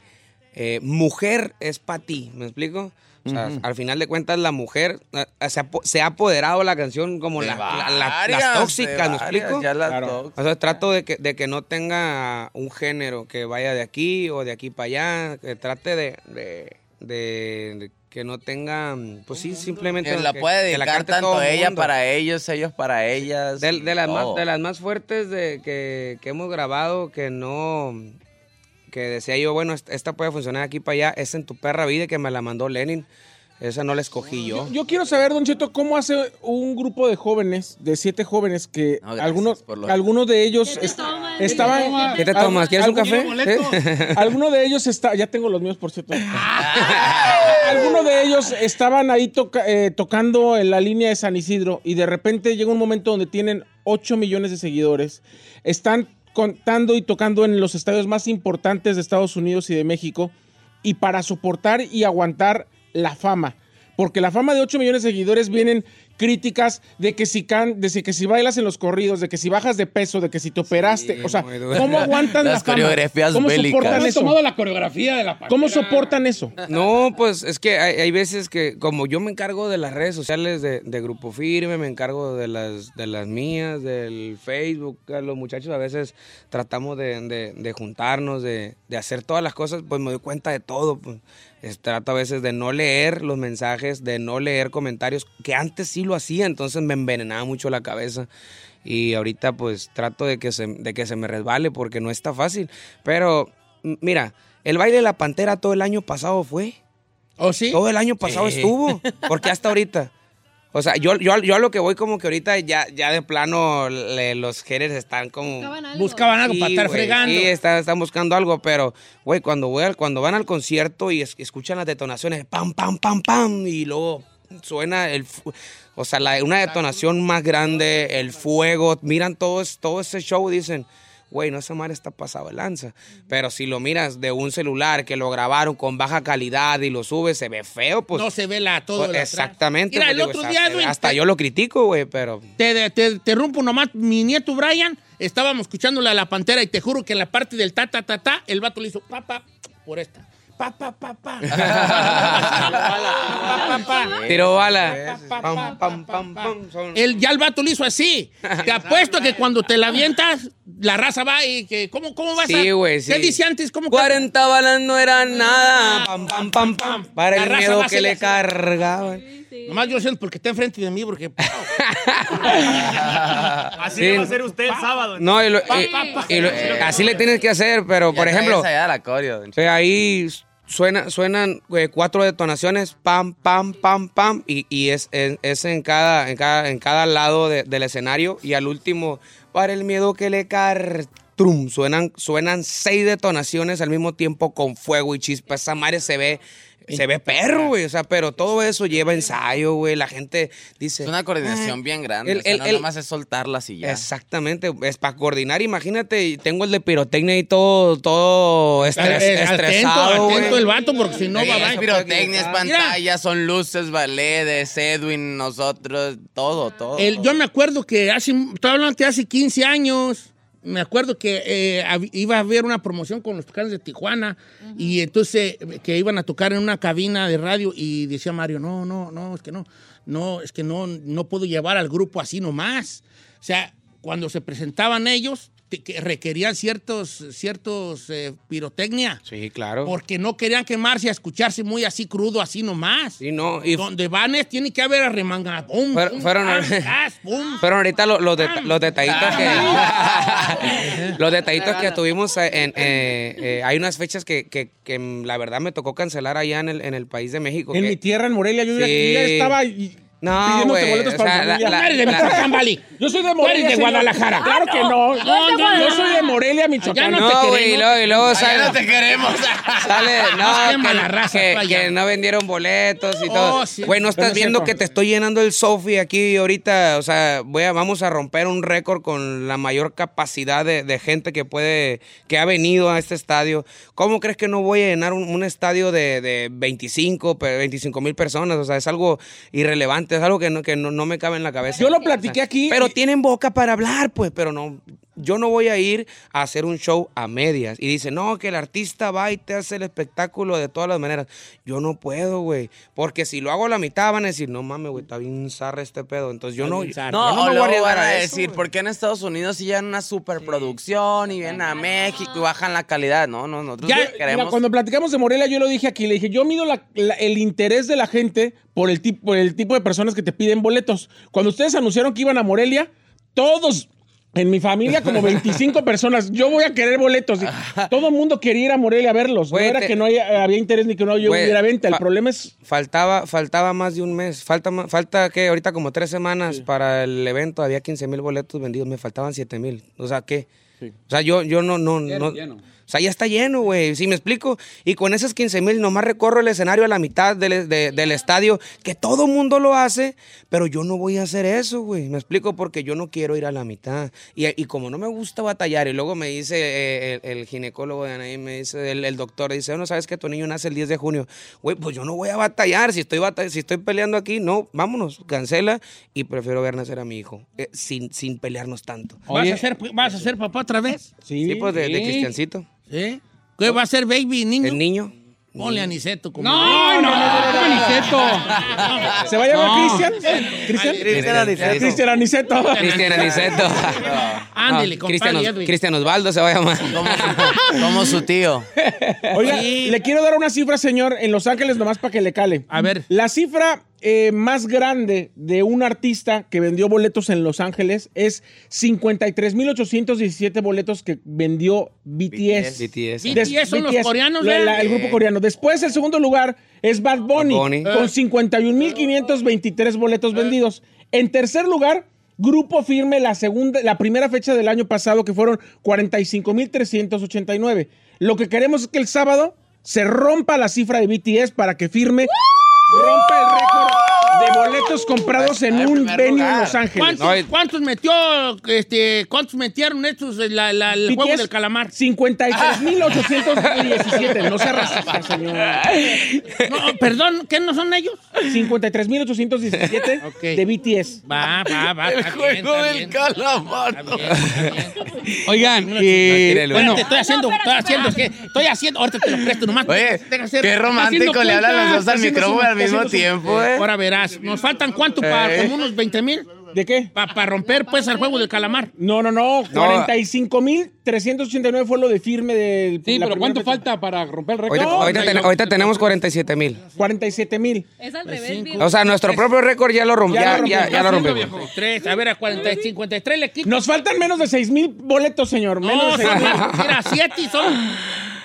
Speaker 5: eh, mujer es para ti, ¿me explico? O sea,
Speaker 4: Ujú.
Speaker 5: al final de cuentas la mujer eh, se, ha, po- se ha apoderado la canción como
Speaker 4: De
Speaker 5: la, la- la-
Speaker 4: varias,
Speaker 5: las
Speaker 4: de
Speaker 5: tóxicas, ¿me
Speaker 4: varias,
Speaker 5: explico?
Speaker 4: ya las Claro. tóxicas.
Speaker 5: O sea, trato de que, de que no tenga un género que vaya de aquí o de aquí para allá, que trate de, de- de- de que no tenga, mm, pues sí, simplemente...
Speaker 4: Que la
Speaker 5: que-
Speaker 4: puede
Speaker 5: que la
Speaker 4: dedicar
Speaker 5: cante
Speaker 4: tanto
Speaker 5: todo el
Speaker 4: ella
Speaker 5: mundo.
Speaker 4: para ellos, ellos para ellas.
Speaker 5: De, de las
Speaker 4: todo.
Speaker 5: más, de las más fuertes de, que, que hemos grabado, que no... Que decía yo, bueno, est- esta puede funcionar aquí para allá, es en tu perra vida que me la mandó Lenin. Esa no la escogí yo.
Speaker 3: Yo quiero saber, Don Cheto, cómo hace un grupo de jóvenes, de siete jóvenes, que algunos,
Speaker 5: lo-
Speaker 3: algunos de ellos est- estaban.
Speaker 5: ¿Qué te tomas? ¿Quieres un café?
Speaker 3: ¿Eh? Alguno de ellos está. Ya tengo los míos, por cierto. Algunos de ellos estaban ahí toca- eh, tocando en la línea de San Isidro y de repente llega un momento donde tienen 8 millones de seguidores. Están contando y tocando en los estadios más importantes de Estados Unidos y de México y para soportar y aguantar la fama. Porque la fama de 8 millones de seguidores vienen críticas de que si can, de si- que si bailas en los corridos, de que si bajas de peso, de que si te operaste, o sea, ¿cómo aguantan
Speaker 4: Las
Speaker 3: la fama?
Speaker 4: coreografías
Speaker 3: ¿Cómo
Speaker 4: bélicas.
Speaker 3: soportan
Speaker 4: ¿Cómo han
Speaker 3: eso?
Speaker 4: tomado la coreografía de la
Speaker 3: ¿Cómo
Speaker 4: Pantera?
Speaker 3: soportan eso?
Speaker 5: No, pues es que hay, hay veces que, como yo me encargo de las redes sociales de, de Grupo Firme, me encargo de las, de las mías, del Facebook, a los muchachos a veces tratamos de, de- de juntarnos, de, de hacer todas las cosas, pues me doy cuenta de todo. pues. Es- trato a veces de no leer los mensajes, de no leer comentarios, que antes sí lo hacía, entonces me envenenaba mucho la cabeza. Y ahorita pues trato de que se, de que se me resbale porque no está fácil. Pero m- mira, el baile de la pantera todo el año pasado fue.
Speaker 2: ¿O ¿Oh, sí?
Speaker 5: Todo el año pasado
Speaker 4: Sí.
Speaker 5: estuvo. Porque hasta ahorita. O sea, yo, yo, yo a lo que voy como que ahorita ya, ya de plano le- los géneros están como... Buscaban
Speaker 2: algo. Buscaban algo para estar
Speaker 5: güey,
Speaker 2: fregando.
Speaker 5: Sí, están, están buscando algo, pero, güey, cuando, voy al- cuando van al concierto y es- escuchan las detonaciones, pam, pam, pam, pam, y luego suena el... fu- O sea, la- una detonación más grande, el fuego, miran todo, es- todo ese show y dicen, güey, no, esa madre está pasado de lanza. Pero si lo miras de un celular que lo grabaron con baja calidad y lo subes, se ve feo, pues...
Speaker 2: no se ve la, todo.
Speaker 5: pues,
Speaker 2: el atrás.
Speaker 5: Exactamente. pues,
Speaker 2: Mira, el
Speaker 5: digo,
Speaker 2: otro
Speaker 5: o sea,
Speaker 2: día,
Speaker 5: se-
Speaker 2: güey,
Speaker 5: Hasta
Speaker 2: te-
Speaker 5: yo lo critico, güey, pero...
Speaker 2: Te, te, te interrumpo nomás, mi nieto Brian, estábamos escuchándole a la pantera y te juro que en la parte del ta, ta, ta, ta, el vato le hizo pa, pa, por esta. Pa, pa, pa, pa. Pa, pa, pa.
Speaker 5: Tiró bala.
Speaker 2: Pa, pa, pa, El, ya el vato lo hizo así. Te apuesto que cuando te la avientas, la raza va y que, ¿cómo, cómo vas a...?
Speaker 5: Sí, güey, sí.
Speaker 2: ¿Qué dice antes? ¿Cómo Ah,
Speaker 5: 40 balas no eran nada. Pam, pam, pam, pam. Para
Speaker 2: La
Speaker 5: el
Speaker 2: raza
Speaker 5: miedo
Speaker 2: va a
Speaker 5: que le
Speaker 2: hacer así.
Speaker 5: cargaban.
Speaker 2: Nomás yo siento porque está enfrente de mí, porque...
Speaker 5: Así Sí. le va a hacer
Speaker 2: usted el sábado.
Speaker 5: No, y lo-
Speaker 2: Pa,
Speaker 5: y-
Speaker 2: pa, pa.
Speaker 5: y lo- así le tienes que hacer, pero por ejemplo,
Speaker 4: Ensayada la coreo. don Cheto.
Speaker 5: eh, ahí suena, suenan eh, cuatro detonaciones, pam, pam, pam, pam, y, y es, es- es en, cada, en, cada, en cada lado de- del escenario, y al último, para el miedo que le car... Trum, suenan, suenan seis detonaciones al mismo tiempo con fuego y chispas. Esa madre se ve, se ve perro, güey. O sea, pero todo eso lleva ensayo, güey. La gente dice.
Speaker 4: Es una coordinación
Speaker 5: "Ah,
Speaker 4: bien grande.
Speaker 5: el-
Speaker 4: o sea,
Speaker 5: el-
Speaker 4: no
Speaker 5: el-
Speaker 4: nomás es soltarlas y ya.
Speaker 5: Exactamente, es para coordinar, imagínate, y tengo el de pirotecnia y todo, todo estres-
Speaker 2: Eh,
Speaker 5: estresado.
Speaker 2: atento, atento
Speaker 5: güey.
Speaker 2: el vato, porque si no
Speaker 4: Sí,
Speaker 2: va
Speaker 4: es
Speaker 2: a...
Speaker 4: pirotecnias,
Speaker 2: Mira.
Speaker 4: pantallas, son luces, baledes, Edwin, nosotros, todo, todo.
Speaker 2: El- yo me acuerdo que hace, estoy hablando que hace 15 años, me acuerdo que eh, hab- iba a haber una promoción con los Tucanes de Tijuana y entonces eh, que iban a tocar en una cabina de radio y decía Mario, no, no, no, es que no, no, es que no, no puedo llevar al grupo así nomás. O sea, cuando se presentaban ellos, te- que requerían ciertos, ciertos eh, pirotecnia.
Speaker 5: Sí, claro.
Speaker 2: Porque no querían quemarse a escucharse muy así crudo, así nomás.
Speaker 5: Sí, no. Y
Speaker 2: Donde van es, tiene que haber arremanga. Bum,
Speaker 5: Fueron-
Speaker 2: bum,
Speaker 5: fueron-
Speaker 2: tas, tas, bum.
Speaker 5: Pero ahorita lo- los, deta- los detallitos que. los detallitos que tuvimos. eh, En, eh, eh, hay unas fechas que, que- que, mm, la verdad me tocó cancelar allá en el, en el país de México.
Speaker 3: En
Speaker 5: que-
Speaker 3: mi tierra, en Morelia, yo ya-
Speaker 5: Sí.
Speaker 3: ya estaba y-
Speaker 5: No,
Speaker 3: pidiéndote
Speaker 5: güey,
Speaker 3: boletos
Speaker 5: o
Speaker 3: para
Speaker 5: sea,
Speaker 3: mi
Speaker 5: la-
Speaker 3: familia.
Speaker 5: la- Tú eres de la-
Speaker 2: Michoacán, Vali.
Speaker 3: Yo soy de
Speaker 2: Tú
Speaker 3: Morelia.
Speaker 2: eres de
Speaker 3: señor.
Speaker 2: Guadalajara.
Speaker 3: Claro que no.
Speaker 2: Ah, no.
Speaker 3: No, no, yo soy de Morelia,
Speaker 2: Allá
Speaker 3: Michoacán.
Speaker 2: no te
Speaker 5: No,
Speaker 2: queremos.
Speaker 5: güey, y luego, y luego
Speaker 2: Allá
Speaker 5: sale-
Speaker 2: no te queremos.
Speaker 5: Sale,
Speaker 2: Nos
Speaker 5: no,
Speaker 2: quema
Speaker 5: que,
Speaker 2: la raza
Speaker 5: que-
Speaker 2: para allá.
Speaker 5: que no vendieron boletos y todo.
Speaker 2: Oh, sí.
Speaker 5: Güey, no
Speaker 2: Pero
Speaker 5: estás
Speaker 2: es
Speaker 5: viendo
Speaker 2: cierto.
Speaker 5: que te estoy llenando el Sofi aquí ahorita. O sea, voy a- vamos a romper un récord con la mayor capacidad de, de gente que puede, que ha venido a este estadio. ¿Cómo crees que no voy a llenar un, un estadio de, de 25, pe- 25 mil personas? O sea, es algo irrelevante, es algo que no, que no, no me cabe en la cabeza. Yo
Speaker 3: lo platiqué aquí.
Speaker 5: Pero tienen boca para hablar, pues, pero no. Yo no voy a ir a hacer un show a medias. Y dice, no, que el artista va y te hace el espectáculo de todas las maneras. Yo no puedo, güey. Porque si lo hago a la mitad van a decir, no mames, güey, está bien zarra este pedo. Entonces yo
Speaker 4: Está
Speaker 5: no,
Speaker 4: bien
Speaker 5: yo
Speaker 4: zarra.
Speaker 5: no,
Speaker 4: No, o
Speaker 5: me voy a
Speaker 4: luego
Speaker 5: arriesgar
Speaker 4: van a
Speaker 5: a eso,
Speaker 4: decir,
Speaker 5: güey.
Speaker 4: porque en Estados Unidos sí ya una superproducción y vienen a México y bajan la calidad? No, no, nosotros
Speaker 3: Ya,
Speaker 4: ya, queremos.
Speaker 3: mira, cuando platicamos de Morelia, yo lo dije aquí, le dije, yo mido la- la- el interés de la gente por el, tipo, por el tipo de personas que te piden boletos. Cuando ustedes anunciaron que iban a Morelia, todos, en mi familia, como 25 personas, yo voy a querer boletos. Y todo el mundo quería ir a Morelia a verlos.
Speaker 5: Güey,
Speaker 3: no era
Speaker 5: te-
Speaker 3: que no haya- había interés ni que no
Speaker 5: Güey,
Speaker 3: hubiera venta. El
Speaker 5: fa-
Speaker 3: problema es...
Speaker 5: Faltaba, faltaba más de un mes. Falta, ma- falta que ahorita como tres semanas para el evento. Había 15 mil boletos vendidos. Me faltaban 7 mil. O sea, ¿qué? O sea, yo, yo no, no, no. O sea, ya está lleno, güey. Si me explico. Y con esos 15 mil nomás recorro el escenario a la mitad del, de- del estadio, que todo mundo lo hace, pero yo no voy a hacer eso, güey. Me explico porque yo no quiero ir a la mitad. Y, y como no me gusta batallar, y luego me dice eh, el, el ginecólogo de Anaí, me dice, el, el doctor, dice, no sabes que tu niño nace el 10 de junio. Güey, pues yo no voy a batallar. Si estoy, bata- si estoy peleando aquí, no, vámonos, cancela. Y prefiero ver nacer a mi hijo, eh, sin, sin pelearnos tanto.
Speaker 2: ¿Vas, a ser, ¿Vas a ser papá otra vez?
Speaker 5: Sí, pues de, de
Speaker 2: Sí.
Speaker 5: Cristiancito.
Speaker 2: ¿Sí? ¿Qué va a ser baby niño?
Speaker 5: El niño.
Speaker 2: Ponle aniceto como.
Speaker 3: No, no, no, no, no,
Speaker 2: Aniceto.
Speaker 3: ¿Se va a llamar
Speaker 2: No.
Speaker 3: Cristian? ¿Cristian?
Speaker 5: Cristian Aniceto.
Speaker 3: Cristian Aniceto.
Speaker 5: Cristian Aniceto.
Speaker 2: Ándele,
Speaker 5: No,
Speaker 2: compadre
Speaker 5: Cristian Os-
Speaker 2: Edwin.
Speaker 5: Cristian Osvaldo se va a llamar.
Speaker 4: Como su tío.
Speaker 3: Oiga, le quiero dar una cifra, señor, en Los Ángeles nomás para que le cale. A ver. La cifra eh, más grande de un artista que vendió boletos en Los Ángeles es 53.817 boletos que vendió BTS.
Speaker 5: BTS.
Speaker 3: Des-
Speaker 2: BTS son los coreanos,
Speaker 3: lo-
Speaker 2: ¿eh?
Speaker 3: la- el grupo coreano. Después, el segundo lugar es Bad Bunny,
Speaker 5: Bunny.
Speaker 3: con 51.523 boletos vendidos. En tercer lugar, Grupo Firme, la, segunda, la primera fecha del año pasado, que fueron 45.389. Lo que queremos es que el sábado se rompa la cifra de BTS para que Firme rompa el récord de boletos comprados en un venue en Los Ángeles.
Speaker 2: ¿Cuántos, cuántos metió, este, cuántos metieron estos en la- la- el juego
Speaker 3: BTS,
Speaker 2: del calamar?
Speaker 3: 53.817. No se racista, señor.
Speaker 2: No, perdón, ¿qué no son ellos?
Speaker 3: 53.817 de BTS.
Speaker 2: Va, Ah, va, va. El juego del calamar.
Speaker 12: Oigan,
Speaker 2: Eh, bueno,
Speaker 12: bueno,
Speaker 2: estoy haciendo, estoy haciendo, es que estoy haciendo, ahorita te lo presto nomás.
Speaker 12: Oye,
Speaker 2: tengo que hacer-
Speaker 12: qué romántico,
Speaker 2: haciendo
Speaker 12: le hablan
Speaker 2: cuentas,
Speaker 12: los dos al
Speaker 2: haciendo
Speaker 12: micrófono
Speaker 2: cuentas,
Speaker 12: al mismo
Speaker 2: haciendo
Speaker 12: tiempo,
Speaker 2: cuentas.
Speaker 12: eh.
Speaker 2: Ahora verás, nos faltan cuánto para
Speaker 12: Eh.
Speaker 2: como unos 20 mil.
Speaker 3: ¿De qué?
Speaker 2: Para romper pues el juego del calamar.
Speaker 3: No, no, no.
Speaker 2: No.
Speaker 3: 45.389 fue lo de firme del.
Speaker 12: Sí, pero ¿cuánto
Speaker 3: falta para romper el
Speaker 5: Ahorita, ahorita ten- ahorita tenemos 47 mil.
Speaker 3: 47 mil.
Speaker 13: Es al revés.
Speaker 5: O sea, nuestro propio récord ya lo rompimos. Ya, ya- ya lo rompimos.
Speaker 2: 3, a ver, a 40, 53 le quito.
Speaker 3: Nos faltan menos de 6 mil boletos, señor.
Speaker 2: No,
Speaker 3: Menos
Speaker 2: son-
Speaker 3: de 6 mil.
Speaker 2: mira, 7 y son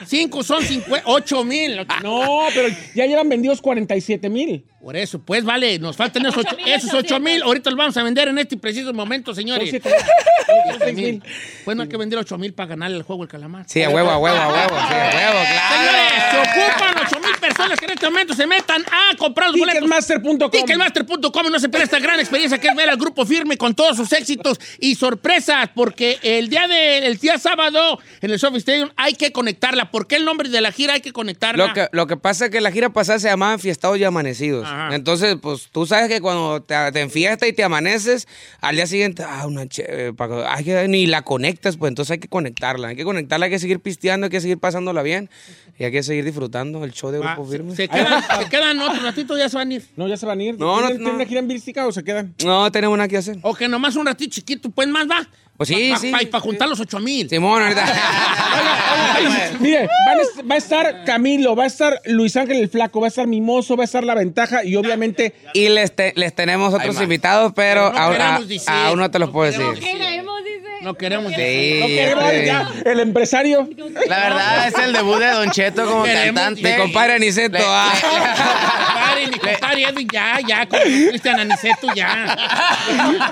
Speaker 2: 5, son 8 mil.
Speaker 3: No, pero ya llevan vendidos 47 mil.
Speaker 2: Por eso, pues vale, nos faltan esos 8 esos ocho mil. Ahorita los vamos a vender en este preciso momento, señores.
Speaker 3: Son
Speaker 2: Siete mil. Bueno, hay que vender 8 mil para ganar el juego del calamar.
Speaker 5: Sí, a huevo, a huevo, a huevo. Sí, a huevo, claro.
Speaker 2: Señores, se ocupan 8 mil personas que en este momento se metan a comprar los
Speaker 3: Ticketmaster.com.
Speaker 2: Ticketmaster.com y no se pierda esta gran experiencia que es ver al grupo firme con todos sus éxitos y sorpresas, porque el día de, el día sábado en el Sophie Stadium hay que conectarla. ¿Por qué el nombre de la gira hay que conectarla?
Speaker 5: Lo que, lo que pasa es que la gira pasada se llamaba Fiestados y Amanecidos.
Speaker 2: Ajá.
Speaker 5: Entonces, pues tú sabes que cuando te, te enfiestas y te amaneces, al día siguiente, ah, una chévere, pa- hay que, ni la conectas, pues entonces hay que conectarla. Hay que conectarla, hay que seguir pisteando, hay que seguir pasándola bien y hay que seguir disfrutando el show de
Speaker 2: Va,
Speaker 5: Grupo Firme.
Speaker 2: Se quedan, se quedan otro ratito, ya se van a ir.
Speaker 3: No, ya se van a ir.
Speaker 5: No, no, no.
Speaker 3: ¿Tienen, tienen una gira en Bélgica o se quedan?
Speaker 5: No, tenemos una que hacer.
Speaker 2: O que nomás un ratito chiquito, pues más va.
Speaker 5: Pues sí,
Speaker 2: Pa-
Speaker 5: sí.
Speaker 2: pa- y para juntar los 8 mil.
Speaker 5: Simón, ahorita.
Speaker 3: Mire, van a es- va a estar Camilo, va a estar Luis Ángel el Flaco, va a estar Mimoso, va a estar La Ventaja y obviamente...
Speaker 5: Y les, te- les tenemos
Speaker 3: Hay
Speaker 5: otros
Speaker 3: más.
Speaker 5: invitados, pero
Speaker 3: Pero no
Speaker 5: aún,
Speaker 3: queremos
Speaker 5: a-
Speaker 3: decir.
Speaker 5: aún no te los puedo
Speaker 2: queremos
Speaker 5: decir.
Speaker 2: No queremos
Speaker 5: Sí,
Speaker 2: decir.
Speaker 5: sí.
Speaker 2: Eh.
Speaker 3: el empresario.
Speaker 8: La verdad es el debut de Don Cheto como
Speaker 2: Queremos-
Speaker 8: cantante.
Speaker 2: Mi compadre
Speaker 5: Aniceto. ah.
Speaker 2: Compadre, mi compadre Edwin, ya, ya, con Cristian Aniceto, ya.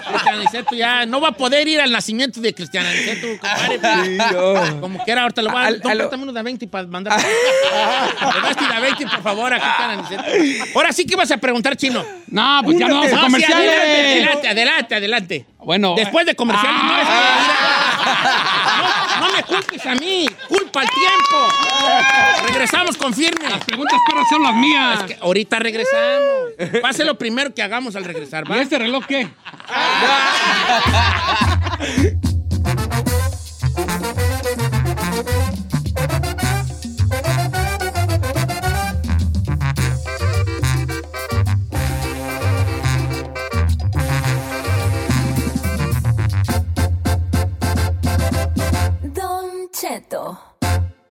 Speaker 2: Cristian Aniceto, ya. No va a poder ir al nacimiento de Cristian Aniceto, compadre. Como quiera, ahorita lo voy a...
Speaker 5: Al-
Speaker 2: Don,
Speaker 5: al-
Speaker 2: préstame unos de 20 para mandar. Le das de 20, por favor, a Cristian Aniceto. Ahora sí que vas a preguntar, Chino.
Speaker 12: No, pues ya no vamos a
Speaker 2: sí,
Speaker 12: comerciales.
Speaker 2: Adelante, adelante, adelante, adelante.
Speaker 12: Bueno. ah.
Speaker 2: Después de comerciales, no es que- no, no me culpes a mí, culpa al tiempo. Regresamos con firme. Las
Speaker 12: preguntas perras son las mías.
Speaker 2: ahorita regresamos. Pase lo primero que hagamos al regresar, ¿va?
Speaker 12: ¿Y este reloj qué?
Speaker 13: Don Cheto.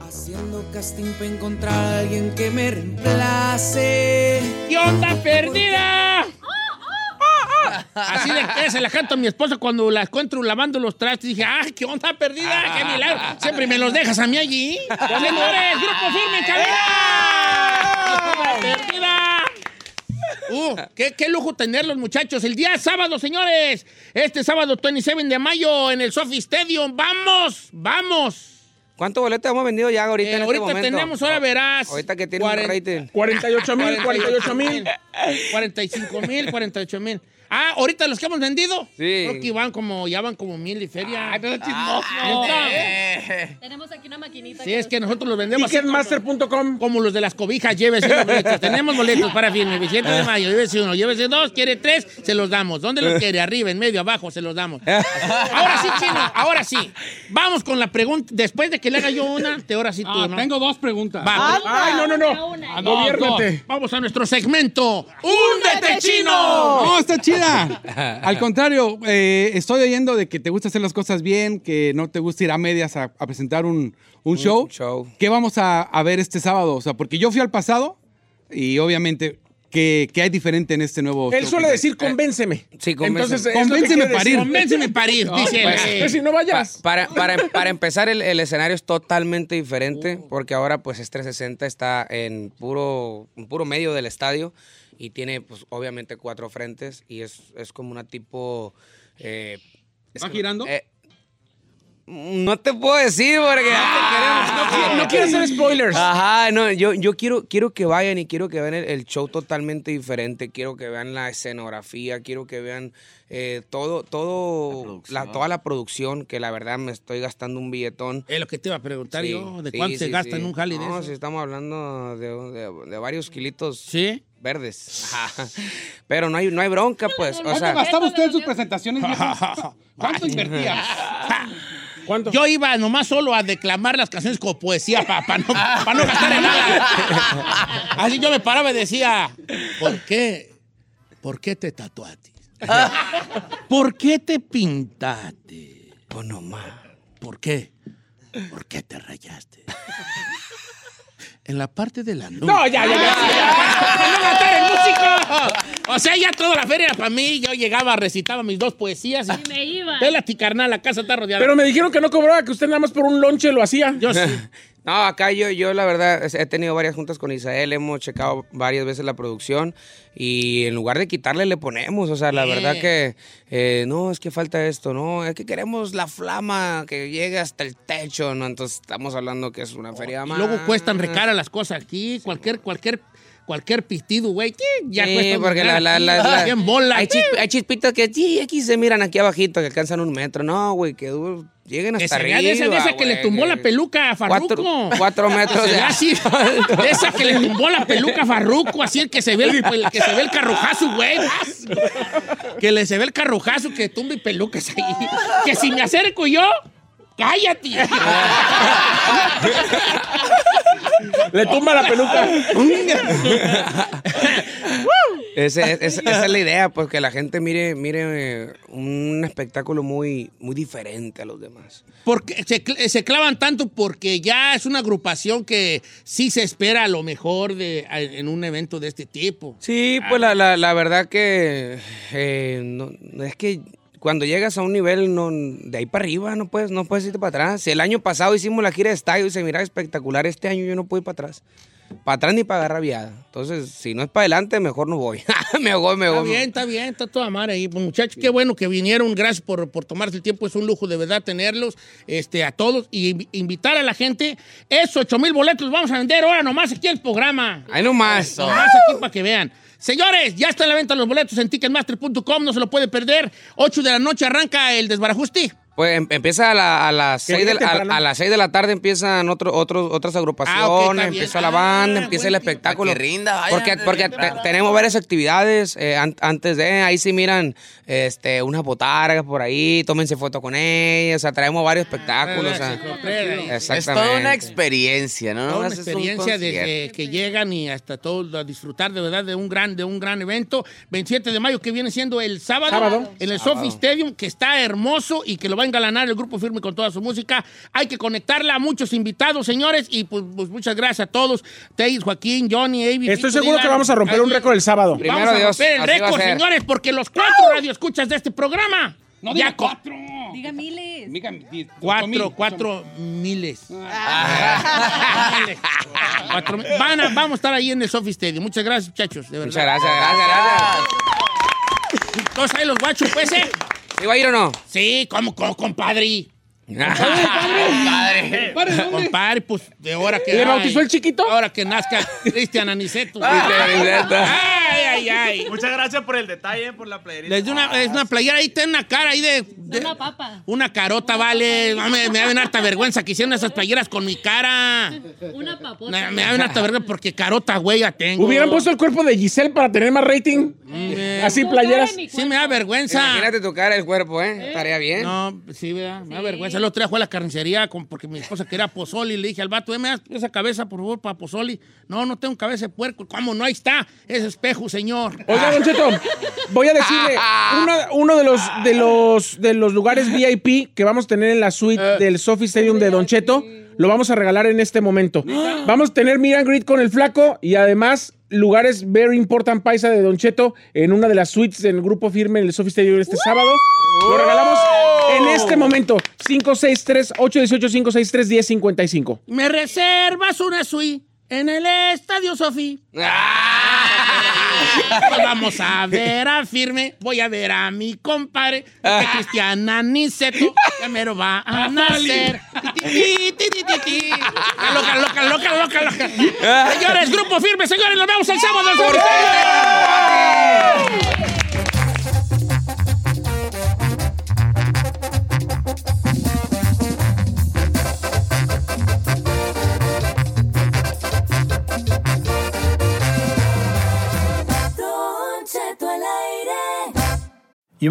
Speaker 8: Haciendo casting para encontrar a alguien que me reemplace.
Speaker 2: ¿Qué onda perdida? Ah, Así de que se la canto a mi esposa cuando la encuentro lavando los trastes. Dije, ¡ah, qué onda perdida! ¡Qué milagro! Siempre me los dejas a mí allí. ¡Señores, grupo firme, en cabina! ¡Qué onda perdida! Uh, qué, qué lujo tenerlos, muchachos. El día sábado, señores. Este sábado 27 de mayo en el Sophie Stadium. ¡Vamos! ¡Vamos!
Speaker 5: ¿Cuántos boletos hemos vendido ya ahorita
Speaker 2: Eh,
Speaker 5: en este
Speaker 2: ahorita
Speaker 5: momento?
Speaker 2: tenemos, ahora verás.
Speaker 5: Ahorita que tiene un
Speaker 2: Cuaren-
Speaker 5: rating.
Speaker 3: 48 mil, 48
Speaker 2: mil. 45 mil, 48 mil. Ah, ahorita los que hemos vendido.
Speaker 5: Sí.
Speaker 2: Creo que van como, ya van como mil y feria. Ah,
Speaker 5: Eh.
Speaker 14: Tenemos aquí una maquinita.
Speaker 2: Sí, es que nosotros los vendemos. Ticketmaster.com. Como los de las cobijas, llévese unos boletos. Tenemos boletos para firme, 27 de mayo, llévese uno, llévese dos, quiere tres, se los damos. ¿Dónde los quiere? Arriba, en medio, abajo, se los damos. Ahora sí, chino, ahora sí. Vamos con la pregunta. Después de que le haga yo una, te ahora sí tú,
Speaker 12: Ah,
Speaker 2: ¿no?
Speaker 12: Tengo dos preguntas.
Speaker 2: Vamos. Ay, no, no, no.
Speaker 12: Ah, no,
Speaker 2: Gobiérnate.
Speaker 12: dos.
Speaker 2: Vamos a nuestro segmento. ¡Húndete, chino!
Speaker 12: No, este está chida. Al contrario, eh, estoy oyendo de que te gusta hacer las cosas bien, que no te gusta ir a medias a, a presentar un, un show. ¿Qué vamos a, a ver este sábado? O sea, porque yo fui al pasado y obviamente, ¿qué, qué hay diferente en este nuevo
Speaker 3: Él
Speaker 12: show?
Speaker 3: suele decir convénceme.
Speaker 5: Sí,
Speaker 3: Entonces,
Speaker 5: Pues,
Speaker 3: es lo que
Speaker 12: convénceme
Speaker 3: quiere
Speaker 12: parir.
Speaker 3: decir.
Speaker 2: Convénceme parir, dice él.
Speaker 3: Pues si no vayas.
Speaker 5: Para, para- para empezar, el, el escenario es totalmente diferente, porque ahora pues es 360, está en puro, en puro medio del estadio y tiene pues obviamente cuatro frentes y es, es como una tipo... eh, es
Speaker 12: ¿Va
Speaker 5: que-
Speaker 12: girando?
Speaker 5: eh, no te puedo decir porque no, te queremos.
Speaker 3: no quiero hacer spoilers.
Speaker 5: Ajá, no, yo, yo quiero, quiero que vayan y quiero que vean el, el show totalmente diferente. Quiero que vean la escenografía, quiero que vean eh, todo, todo, la- toda la producción, que la verdad me estoy gastando un billetón.
Speaker 2: Es lo que te iba a preguntar
Speaker 5: Sí,
Speaker 2: yo, de
Speaker 5: sí,
Speaker 2: cuánto se
Speaker 5: sí,
Speaker 2: gasta
Speaker 5: sí.
Speaker 2: en un jale de
Speaker 5: No,
Speaker 2: eso.
Speaker 5: si estamos hablando de, de- de varios kilitos
Speaker 2: ¿Sí?
Speaker 5: verdes. Ajá. Pero no hay, no hay bronca, pues. O
Speaker 12: ¿Cuánto
Speaker 5: sea,
Speaker 12: gastaba usted en sus presentaciones? viejo? ¿Cuánto invertía?
Speaker 2: Yo iba nomás solo a declamar las canciones como poesía para no, pa no gastar en nada. Así yo me paraba y decía, ¿por qué? ¿Por qué te tatuaste? ¿Por qué te pintaste? Pues nomás. ¿Por qué? ¿Por qué te rayaste? En la parte de la nuca.
Speaker 8: No, ya, ya, ya.
Speaker 2: ¡No gastar en música! O sea, ya toda la feria era para mí. Yo llegaba, recitaba mis dos poesías. Y me iba. Pélate, carnal, la casa está rodeada.
Speaker 3: Pero me dijeron que no cobraba, que usted nada más por un lonche lo hacía.
Speaker 2: Yo sí.
Speaker 5: No, acá yo, yo la verdad es- he tenido varias juntas con Isael, hemos checado varias veces la producción y en lugar de quitarle le ponemos, o sea, la
Speaker 4: Sí.
Speaker 5: verdad que eh, no, es que falta esto, no, es que queremos la flama que llegue hasta el techo, no, entonces estamos hablando que es una feria
Speaker 2: Y
Speaker 5: más.
Speaker 2: luego cuestan recara las cosas aquí. Cualquier, cualquier, cualquier pitido, güey. ¡ting! Ya
Speaker 5: sí,
Speaker 2: cuesta un
Speaker 5: porque la,
Speaker 2: real
Speaker 5: la,
Speaker 2: aquí,
Speaker 5: la, la-
Speaker 2: 100 bolas.
Speaker 5: Hay, chisp- hay chispitas que sí, aquí se miran aquí abajito, que alcanzan un metro. No, güey, que du- lleguen
Speaker 2: Que
Speaker 5: hasta
Speaker 2: se
Speaker 5: arriba.
Speaker 2: vea de esa, de esa que le
Speaker 5: güey,
Speaker 2: tumbó la peluca a Farruco.
Speaker 5: Cuatro, cuatro metros
Speaker 2: Se
Speaker 5: de-
Speaker 2: vea así, de esa que le tumbó la peluca a Farruco, así el que se ve el, el que se ve el carrojazo, güey. Que le se ve el carrojazo que tumbe pelucas ahí. Que si me acerco yo, cállate.
Speaker 3: Le tumba la peluca.
Speaker 5: Ese- es- es- esa es la idea, pues que la gente mire, mire eh, un espectáculo muy, muy diferente a los demás.
Speaker 2: Porque se, cl- se clavan tanto porque ya es una agrupación que sí se espera a lo mejor de, a- en un evento de este tipo.
Speaker 5: Sí, pues la, la- la verdad que eh, no- no es que cuando llegas a un nivel no, de ahí para arriba no puedes, no puedes irte para atrás. Si el año pasado hicimos la gira de estadio y se miraba espectacular, este año yo no pude ir para atrás. Para atrás ni para agarrar viada. Entonces, si no es para adelante, mejor no voy. me voy, me
Speaker 2: Está
Speaker 5: voy.
Speaker 2: bien, está bien, está toda madre ahí. Pues, muchachos, qué bueno que vinieron. Gracias por, por tomarse el tiempo. Es un lujo de verdad tenerlos este, a todos y inv- invitar a la gente. Esos 8 mil boletos los vamos a vender ahora nomás aquí en el programa.
Speaker 5: Ahí nomás.
Speaker 2: Nomás aquí para que vean. Señores, ya está a la venta los boletos en ticketmaster.com. No se lo puede perder. 8 de la noche arranca el desbarajuste.
Speaker 5: Pues em- empieza a, la- a las
Speaker 2: Que
Speaker 5: 6 de,
Speaker 2: llegue
Speaker 5: la-
Speaker 2: temprano.
Speaker 5: a, a las seis de la tarde empiezan otro, otros otras agrupaciones,
Speaker 4: Ah, bien. pues,
Speaker 5: empieza la banda, empieza el espectáculo.
Speaker 4: que rinda, vaya,
Speaker 5: porque
Speaker 4: antes de
Speaker 5: porque
Speaker 4: entrar.
Speaker 5: te- tenemos varias actividades eh, an- antes de, ahí sí miran este, unas botargas por ahí, tómense fotos con ellas, o sea, traemos varios
Speaker 4: Ah,
Speaker 5: espectáculos. o sea,
Speaker 4: Es toda una
Speaker 5: exactamente.
Speaker 4: experiencia, ¿no?
Speaker 2: Toda
Speaker 4: Nomás
Speaker 2: una
Speaker 4: Ah, es un
Speaker 2: experiencia desde que llegan y hasta todos a disfrutar de verdad de un gran, de un gran evento. 27 de mayo, que viene siendo el sábado,
Speaker 3: Sábado.
Speaker 2: en el
Speaker 3: Sábado.
Speaker 2: Sophie Stadium, que está hermoso y que lo va a engalanar el grupo firme con toda su música. Hay que conectarla a muchos invitados, señores, y pues, pues, muchas gracias a todos. Teis, Joaquín, Johnny, Avi.
Speaker 3: Estoy seguro que vamos a romper un récord el sábado.
Speaker 2: Vamos a romper el récord, señores, porque los cuatro radioescuchas de este programa.
Speaker 12: No
Speaker 2: ya
Speaker 12: diga
Speaker 2: co-
Speaker 12: cuatro.
Speaker 13: Diga miles.
Speaker 12: Diga di-
Speaker 2: Cuatro,
Speaker 12: mil,
Speaker 2: cuatro miles. Miles. Cuatro mil. Van a- vamos a estar ahí en el Sophie Stadium. Muchas gracias, muchachos. De verdad.
Speaker 5: Muchas gracias, gracias,
Speaker 2: Entonces ahí los guachos, pues, ¿eh?
Speaker 5: ¿Iba a ir o no?
Speaker 2: Sí, como, como compadre.
Speaker 8: Compadre.
Speaker 2: Compadre, Compadre, pues de ahora que.
Speaker 3: ¿Le bautizó
Speaker 2: el chiquito? Ahora que nazca Cristian Aniceto. Ah, ay, ay, ay.
Speaker 7: Muchas gracias por el detalle, por la playerita.
Speaker 2: Les di una, es una playera ahí, tiene una cara ahí de. de-
Speaker 7: Una papa.
Speaker 2: una carota, vale. Mame, me da harta vergüenza que hicieron esas playeras con mi cara.
Speaker 13: Una
Speaker 2: Me,
Speaker 13: papota.
Speaker 2: me da harta vergüenza porque carota, güey, ya tengo.
Speaker 3: Hubieran puesto el cuerpo de Giselle para tener más rating. Así playeras.
Speaker 2: Sí, me da vergüenza.
Speaker 5: Imagínate tocar el cuerpo, ¿eh? Estaría bien.
Speaker 2: No, sí, ¿verdad? Me da vergüenza. El otro día fue a la carnicería con- porque mi esposa quería pozoli y le dije al vato, "Eh, me das esa cabeza, por favor, para pozoli. No, no tengo cabeza de puerco. ¿Cómo? No, ahí está. Es espejo, señor.
Speaker 3: Oiga, Don Cheto, voy a decirle, una- uno de los, de, los, de los lugares VIP que vamos a tener en la suite del Sophie Stadium de Don Cheto, lo vamos a regalar en este momento. Vamos a tener Meet and Greet con el Flaco y además lugares very important paisa de Don Cheto en una de las suites del grupo firme en el Sophie Stadium este sábado. Lo regalamos en este momento. 563-818-563-1055.
Speaker 2: Me reservas una suite en el Estadio Sofí. Pues vamos a ver a firme. Voy a ver a mi compadre. porque Cristiana Niceto. Ya mero va a nacer. Ti, ti, ti, ti, ti. Está Loca, loca, loca, loca, loca. Señores, grupo firme, señores, nos vemos el sábado. en Sofí Stadium.
Speaker 13: You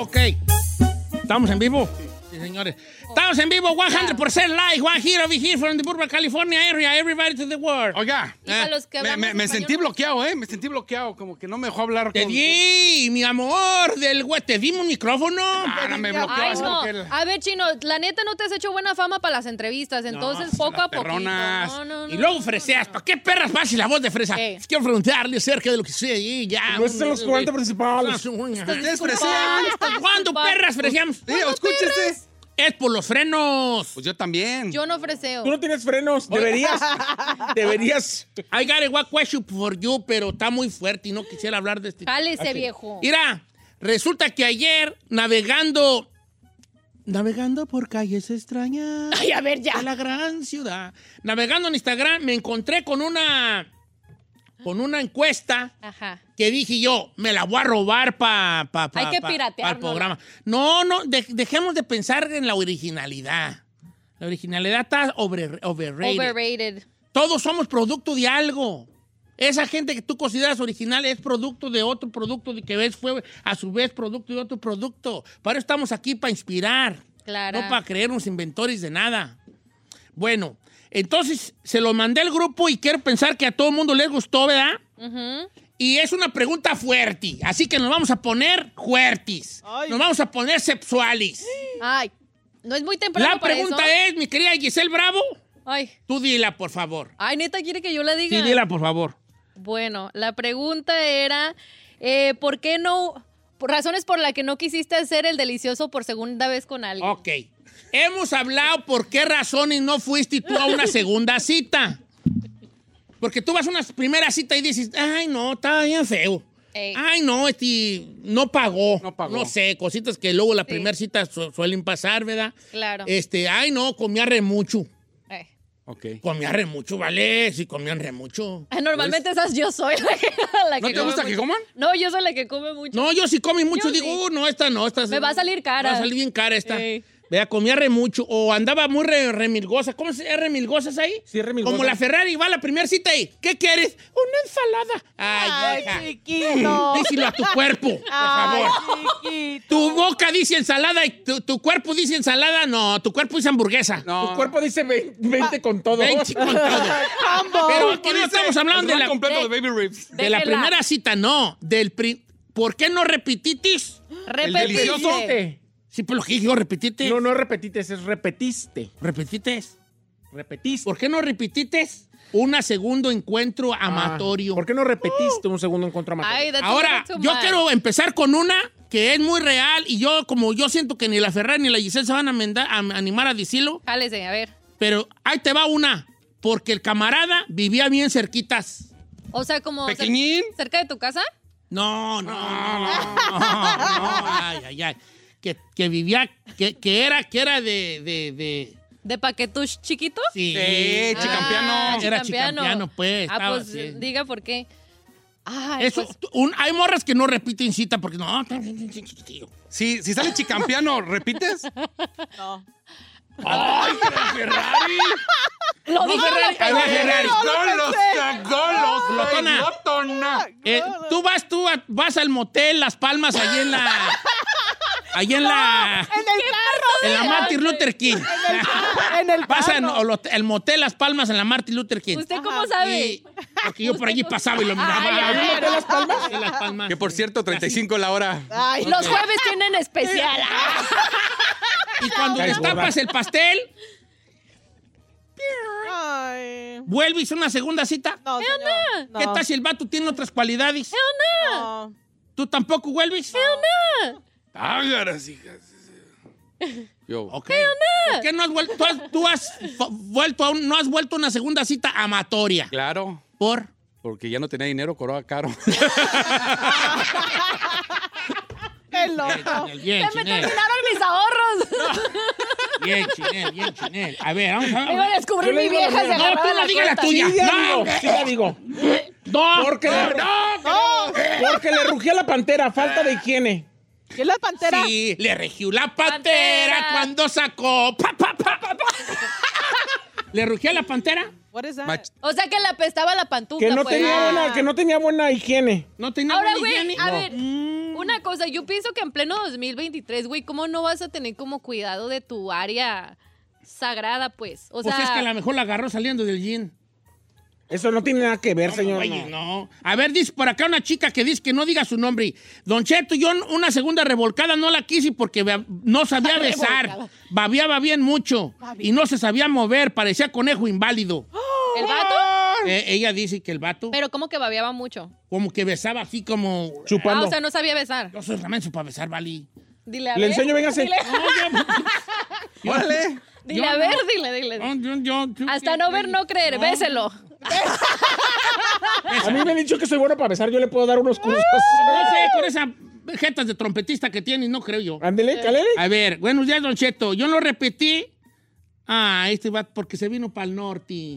Speaker 2: Ok. ¿Estamos en vivo? Sí, señores. Estamos en vivo, 100% live, one here, over here, from the Burbank, California area, everybody to the world.
Speaker 12: Oiga, me, me- me sentí bloqueado, ¿eh? Me sentí bloqueado, como que no me dejó hablar.
Speaker 2: Te
Speaker 12: con-
Speaker 2: di, mi amor, del güey, te dimos un micrófono.
Speaker 12: Ah, no, me bloqueó
Speaker 15: Ay,
Speaker 12: así
Speaker 15: no.
Speaker 12: porque la-
Speaker 15: A ver, Chino, la neta no te has hecho buena fama para las entrevistas, entonces poco a poco.
Speaker 2: Perronas.
Speaker 15: No, no, no.
Speaker 2: Y luego freseas. ¿Para qué perras fácil la voz de fresa?
Speaker 15: Sí.
Speaker 2: Quiero preguntarle acerca de lo que sucede ahí, ya.
Speaker 3: No están los 40
Speaker 2: principales.
Speaker 3: Ustedes
Speaker 15: fresean.
Speaker 2: ¿Cuándo perras freseamos?
Speaker 15: Sí, ¿Cuándo escúchese. perras?
Speaker 2: Es por los frenos.
Speaker 12: Pues yo también.
Speaker 15: Yo no freseo.
Speaker 2: Tú no tienes frenos,
Speaker 15: deberías.
Speaker 2: deberías. I got a one question for you, pero está muy fuerte y no quisiera hablar de este.
Speaker 15: Jálese,
Speaker 2: Aquí.
Speaker 15: viejo.
Speaker 2: Mira, resulta que ayer navegando. Navegando por calles extrañas.
Speaker 15: Ay, a ver, ya.
Speaker 2: De la gran ciudad. Navegando en Instagram me encontré con una. Con una encuesta
Speaker 15: Ajá.
Speaker 2: que dije yo, me la voy a robar para pa, pa-
Speaker 15: Hay que
Speaker 2: pa-
Speaker 15: piratear,
Speaker 2: pa'l
Speaker 15: ¿no?
Speaker 2: programa. No, no, de- dejemos de pensar en la originalidad. La originalidad está over- overrated.
Speaker 15: Overrated.
Speaker 2: Todos somos producto de algo. Esa gente que tú consideras original es producto de otro producto de que ves fue a su vez producto de otro producto. Para eso estamos aquí para inspirar,
Speaker 15: Clara.
Speaker 2: no para creernos inventores de nada. Bueno, entonces se lo mandé al grupo y quiero pensar que a todo el mundo les gustó, ¿verdad?
Speaker 15: Ujú.
Speaker 2: Y es una pregunta fuerte, así que nos vamos a poner fuertis. Nos vamos a poner sexualis.
Speaker 15: Ay, no es muy temprano
Speaker 2: La
Speaker 15: para
Speaker 2: pregunta
Speaker 15: eso?
Speaker 2: es, mi querida Giselle Bravo,
Speaker 15: Ay,
Speaker 2: tú dila, por favor.
Speaker 15: ay, neta, quiere que yo la diga.
Speaker 2: Sí, dila, por favor.
Speaker 15: Bueno, la pregunta era, eh, ¿por qué no? por Razones por las que no quisiste hacer el delicioso por segunda vez con alguien.
Speaker 2: Ok. Hemos hablado por qué razones no fuiste tú a una segunda cita. Porque tú vas a una primera cita y dices, ay, no, está bien feo.
Speaker 15: Ey.
Speaker 2: Ay, no, este, no pagó. No
Speaker 15: pagó.
Speaker 2: sé, cositas que luego la
Speaker 15: Sí.
Speaker 2: primera cita su- suelen pasar, ¿verdad?
Speaker 15: Claro.
Speaker 2: Este, ay, no, comía re mucho.
Speaker 15: Eh.
Speaker 2: Comía re mucho, ¿vale? Eh, Sí, comían re mucho.
Speaker 15: Ah, Normalmente esas yo soy la que, la
Speaker 2: ¿No te
Speaker 15: come
Speaker 2: gusta que
Speaker 15: mucho.
Speaker 2: coman?
Speaker 15: No, yo soy la que come mucho.
Speaker 2: No, yo sí comí mucho,
Speaker 15: Yo
Speaker 2: digo,
Speaker 15: sí.
Speaker 2: "Uh, no, esta no, esta
Speaker 15: Me va a salir cara.
Speaker 2: Va a salir bien cara esta.
Speaker 15: Ey.
Speaker 2: Vea, comía re mucho. O andaba muy re- remilgosa. ¿Cómo se- es remilgosa esa ahí? Sí,
Speaker 3: remilgosa.
Speaker 2: Como la Ferrari va a la primera cita y, ¿qué quieres? Una ensalada. Ay,
Speaker 8: Ay,
Speaker 2: hija.
Speaker 8: chiquito.
Speaker 2: Díselo a tu cuerpo, por
Speaker 8: Ay,
Speaker 2: favor. Tu boca dice ensalada y tu, tu cuerpo dice ensalada. No, tu cuerpo dice hamburguesa.
Speaker 3: Tu cuerpo dice ve- 20 con todo.
Speaker 2: 20 con todo. Pero aquí no estamos hablando de la, de la
Speaker 3: Déjela.
Speaker 2: primera cita, no. Del pri- ¿Por qué no repetitis?
Speaker 3: Repetiste. El delicioso.
Speaker 2: Sí, pero lo que yo repetite.
Speaker 3: No, no repetites, es repetiste.
Speaker 2: ¿Repetites?
Speaker 3: Repetiste.
Speaker 2: ¿Por qué no repetites un segundo encuentro amatorio?
Speaker 3: Ah, ¿Por qué no repetiste un segundo encuentro amatorio?
Speaker 15: Ay, that's a
Speaker 2: Ahora,
Speaker 15: little too
Speaker 2: yo
Speaker 15: much.
Speaker 2: quiero empezar con una que es muy real y yo, como yo siento que ni la Ferrari ni la Giselle se van a, menda- a animar a decirlo,
Speaker 15: Jálese, a ver.
Speaker 2: pero ahí te va una. Porque el camarada vivía bien cerquitas.
Speaker 15: O sea, como... cer-
Speaker 2: Pequeñín.
Speaker 15: ¿Cerca de tu casa?
Speaker 2: No, no, no, no, no, ay, ay, ay. Que, que vivía, que, que era, que era de, de, de-
Speaker 15: ¿De paquetush chiquito?
Speaker 2: Sí.
Speaker 15: Ah,
Speaker 2: chicampiano. Era chicampiano, pues,
Speaker 15: Ah,
Speaker 2: estaba
Speaker 15: pues,
Speaker 2: así.
Speaker 15: diga por qué. Ay,
Speaker 2: Eso,
Speaker 15: pues,
Speaker 2: un- hay morras que no repiten cita porque no, está bien, bien, bien chiquitillo.
Speaker 12: Sí, si sale chicampiano, ¿repites?
Speaker 2: ¡Ay, Ferrari!
Speaker 15: Lo
Speaker 2: No,
Speaker 15: dijo,
Speaker 2: Ferrari,
Speaker 15: lo
Speaker 2: ahí va
Speaker 15: pensé,
Speaker 2: Ferrari.
Speaker 15: no lo
Speaker 2: Golos,
Speaker 15: pensé.
Speaker 2: golos,
Speaker 15: No.
Speaker 2: Lotona. Eh, tú vas, tú a- vas al motel Las Palmas, allí en la... Allí en la...
Speaker 16: En el carro.
Speaker 2: En la Martin Luther King. En el Vas en- o lo- el motel Las Palmas en la Martin Luther King.
Speaker 15: ¿Usted cómo sabe?
Speaker 2: Y- porque yo por allí pasaba y lo miraba.
Speaker 15: Ay, ay,
Speaker 2: ¿Motel
Speaker 15: ay.
Speaker 2: Las Palmas? En Las Palmas.
Speaker 5: Que por cierto, 35 la hora.
Speaker 15: Ay,
Speaker 2: Ok.
Speaker 15: Los jueves tienen especial. ah.
Speaker 2: Y cuando
Speaker 5: Ay,
Speaker 2: destapas
Speaker 5: borracho.
Speaker 2: el pastel, ¿vuelves a una segunda cita?
Speaker 16: No, señor.
Speaker 2: ¿Qué
Speaker 16: No.
Speaker 2: tal si el vato tiene otras cualidades?
Speaker 16: No.
Speaker 2: ¿Tú tampoco vuelves?
Speaker 5: Ágaras, hijas. Yo.
Speaker 2: Ok. ¿Por qué no has vuelto? Tú has, tú has fu- vuelto a un- no has vuelto a una segunda cita amatoria.
Speaker 5: Claro.
Speaker 2: ¿Por?
Speaker 5: Porque ya no tenía dinero, coroa caro.
Speaker 16: Qué loco.
Speaker 2: Bien,
Speaker 15: Se me
Speaker 2: Chinel.
Speaker 15: terminaron mis ahorros.
Speaker 2: Bien, Chinel, bien, Chinel. A ver, vamos a ver.
Speaker 15: Iba a descubrir Yo le mi digo la vieja, mía. se
Speaker 2: No,
Speaker 15: agarraba
Speaker 2: tú no
Speaker 15: la
Speaker 2: digas la
Speaker 15: cuenta.
Speaker 2: tuya.
Speaker 15: Sí, ya
Speaker 2: no,
Speaker 15: digo,
Speaker 2: sí
Speaker 3: la digo.
Speaker 2: No,
Speaker 3: Porque,
Speaker 2: no,
Speaker 3: le,
Speaker 2: no,
Speaker 3: porque le rugía la pantera, falta de higiene.
Speaker 16: ¿Qué es la pantera?
Speaker 2: Sí, le regió la pantera, cuando sacó. pa, pa, pa, pa, pa. ¿Le rugió la pantera?
Speaker 16: What is that?
Speaker 2: Mach-
Speaker 15: O sea que le apestaba la pantufa.
Speaker 3: Que no,
Speaker 15: pues.
Speaker 3: tenía buena, que no tenía buena higiene.
Speaker 2: No Mm. tenía
Speaker 15: Ahora, güey, a ver, una cosa, yo pienso que en pleno 2023, güey, ¿cómo no vas a tener como cuidado de tu área sagrada, pues? O sea,
Speaker 2: pues es que a lo mejor la agarró saliendo del gym.
Speaker 3: Eso no tiene nada que ver, señor.
Speaker 2: Oye, no. A ver, dice por acá una chica que dice que no diga su nombre. Don Cheto, yo una segunda revolcada no la quise porque bea- no sabía besar.
Speaker 15: Revolcada.
Speaker 2: Babiaba bien mucho
Speaker 15: Babiaba.
Speaker 2: y no se sabía mover, parecía conejo inválido.
Speaker 15: el vato,
Speaker 2: Eh, ella dice que el vato
Speaker 15: pero como que babeaba mucho.
Speaker 2: como que besaba así como...
Speaker 15: Ah, o sea, no sabía besar.
Speaker 2: Yo soy ramenso para besar, Vali.
Speaker 15: Dile a
Speaker 2: Le
Speaker 15: ver.
Speaker 2: enseño, véngase.
Speaker 15: Dile,
Speaker 2: Yo-
Speaker 15: Dile
Speaker 2: yo
Speaker 15: a
Speaker 2: no.
Speaker 15: ver, dile, dile.
Speaker 2: No, yo- yo- yo-
Speaker 15: Hasta no ver, no creer. Béselo.
Speaker 3: A mí me han dicho que soy bueno para besar, yo le puedo dar unos cursos.
Speaker 2: No sé, con esas jetas de trompetista que tiene, no creo yo.
Speaker 3: Ándele, calele.
Speaker 2: A ver, buenos días, Don Cheto. Yo no repetí. Ah, este va porque se vino para el norte.
Speaker 15: Ay,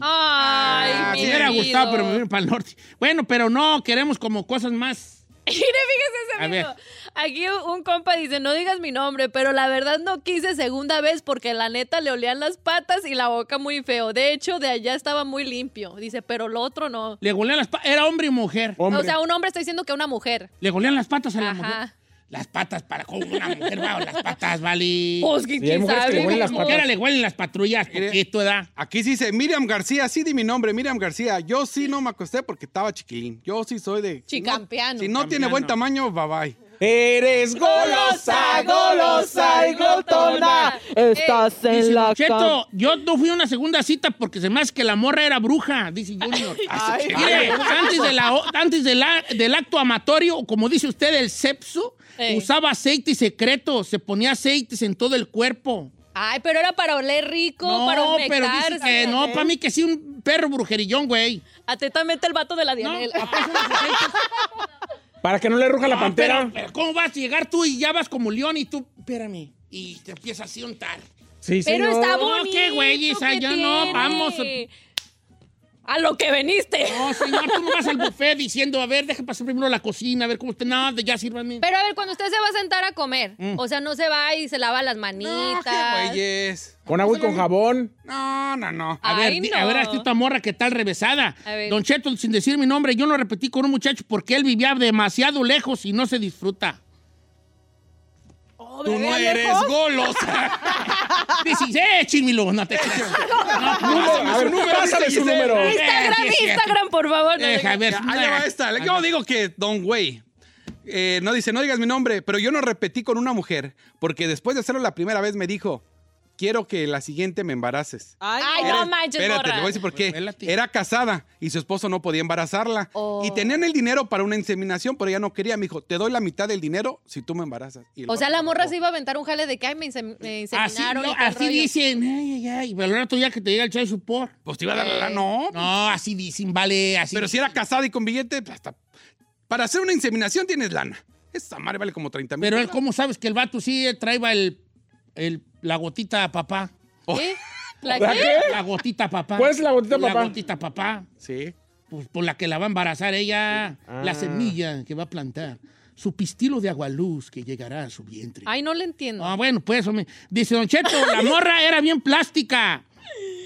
Speaker 2: Ah,
Speaker 15: mi
Speaker 2: me hubiera
Speaker 15: querido.
Speaker 2: gustado, pero me vino para el norte. Bueno, pero no, queremos como cosas más.
Speaker 15: Mire, fíjese ese
Speaker 2: A
Speaker 15: video. Aquí un- un compa dice, no digas mi nombre, pero la verdad no quise segunda vez porque la neta le olían las patas y la boca muy feo. De hecho, de allá estaba muy limpio. Dice, pero lo otro no.
Speaker 2: Le golean las patas. Era hombre y mujer.
Speaker 15: O sea, un hombre está diciendo que a una mujer.
Speaker 2: Le golean las patas a la mujer.
Speaker 15: Ajá.
Speaker 2: Las patas para con una mujer, va, o las patas, vale.
Speaker 15: Pues,
Speaker 2: que
Speaker 15: ¿quién Sí, hay mujeres que le sabe? huelen las
Speaker 2: Como
Speaker 15: patas.
Speaker 2: quiera le huelen las patrullas, poquito, ¿verdad?
Speaker 12: Aquí sí dice, Miriam García, sí di mi nombre, Miriam García. Yo sí no me acosté porque estaba chiquilín. Yo sí soy de...
Speaker 15: Chicampeano.
Speaker 12: Si no tiene buen tamaño, bye bye.
Speaker 3: Eres
Speaker 16: golosa, golosa y glotona. Estás en
Speaker 2: Eh, Dice,
Speaker 16: la
Speaker 2: "Don Cheto,
Speaker 16: cama".
Speaker 2: yo no fui a una segunda cita porque se me hace que la morra era bruja, dice Junior.
Speaker 16: Ay.
Speaker 2: Mire, antes, de la, antes de la- del acto amatorio, como dice usted, el sepso,
Speaker 15: Ey.
Speaker 2: usaba aceites secretos, se ponía aceites en todo el cuerpo.
Speaker 15: Ay, pero era para oler rico, para
Speaker 2: No, pero
Speaker 15: humectarse.
Speaker 2: dice que no, para mí que sí, un perro brujerillón, güey.
Speaker 15: Atentamente el vato de la Dianela.
Speaker 2: Ah, pues,
Speaker 3: Para que no le ruja la
Speaker 2: No,
Speaker 3: pantera.
Speaker 2: Pero, pero ¿cómo vas a llegar tú y ya vas como león y tú, espérame, y te empiezas a untar?
Speaker 3: Sí,
Speaker 15: pero
Speaker 3: señor.
Speaker 15: está
Speaker 2: No,
Speaker 15: bonito.
Speaker 2: Oh, qué güey, Isa,
Speaker 15: que
Speaker 2: yo no,
Speaker 15: tiene.
Speaker 2: vamos.
Speaker 15: A lo que veniste.
Speaker 2: No, señor, tú no vas al buffet diciendo, a ver, deja pasar primero la cocina, a ver cómo está. Nada, ya sírvanme.
Speaker 15: Pero a ver, cuando usted se va a sentar a comer,
Speaker 2: Mm.
Speaker 15: o sea, no se va y se lava las manitas.
Speaker 12: Yes.
Speaker 3: Con agua y con jabón.
Speaker 12: No, no, no.
Speaker 2: A ver,
Speaker 15: Ay,
Speaker 2: di-
Speaker 15: no.
Speaker 2: a ver, aquí esta morra que tal revesada.
Speaker 15: A ver.
Speaker 2: Don Cheto, sin decir mi nombre, yo lo repetí con un muchacho porque él vivía demasiado lejos y no se disfruta.
Speaker 16: Tú no eres lejos.
Speaker 2: golosa. Dices, eh, chimilo, no te creas.
Speaker 3: Número, a ver, pásame su número.
Speaker 2: Eh, sí, Eh,
Speaker 15: Instagram,
Speaker 2: es cierto.
Speaker 15: Instagram, por favor. no
Speaker 2: Deja
Speaker 15: digas-
Speaker 2: ver.
Speaker 12: Eh, Ahí le va esta. Yo digo que Don Güey. eh, no dice, no digas mi nombre, pero yo no repetí con una mujer, porque después de hacerlo la primera vez me dijo, quiero que la siguiente me embaraces.
Speaker 15: Ay, no manches,
Speaker 12: Espérate,
Speaker 15: morra.
Speaker 12: le voy a decir por
Speaker 2: Pues,
Speaker 12: qué. Era casada y su esposo no podía embarazarla.
Speaker 15: Oh.
Speaker 12: Y tenían el dinero para una inseminación, pero ella no quería. Me dijo, te doy la mitad del dinero si tú me embarazas. Y el
Speaker 15: O sea,
Speaker 12: vato-
Speaker 15: la morra se iba a aventar un jale de que ay, me, insem- me
Speaker 2: Así,
Speaker 15: inseminaron.
Speaker 2: no,
Speaker 15: y todo el
Speaker 2: así
Speaker 15: rollo.
Speaker 2: dicen, ay, ay, ay, pero al rato ya que te llega el chai support.
Speaker 12: Pues te iba a dar la lana,
Speaker 2: no. Eh, No, así dicen, vale, así.
Speaker 12: Pero si era casada y con billete, pues, hasta para hacer una inseminación tienes lana. Esa madre vale como 30 mil.
Speaker 2: Pero él, ¿cómo sabes que el vato sí eh, traía el, el- la gotita a papá?
Speaker 12: Oh.
Speaker 15: ¿Qué? ¿La
Speaker 2: ¿La
Speaker 15: qué?
Speaker 2: qué? La gotita papá.
Speaker 3: ¿Cuál es la gotita
Speaker 2: La
Speaker 3: papá?
Speaker 2: gotita papá.
Speaker 12: Sí.
Speaker 2: Pues por la que la va a embarazar ella,
Speaker 12: Ah.
Speaker 2: la semilla que va a plantar, su pistilo de agualuz que llegará a su vientre.
Speaker 15: Ay, no le entiendo.
Speaker 2: Ah, bueno, pues, hombre. dice Don Cheto, la morra era bien plástica.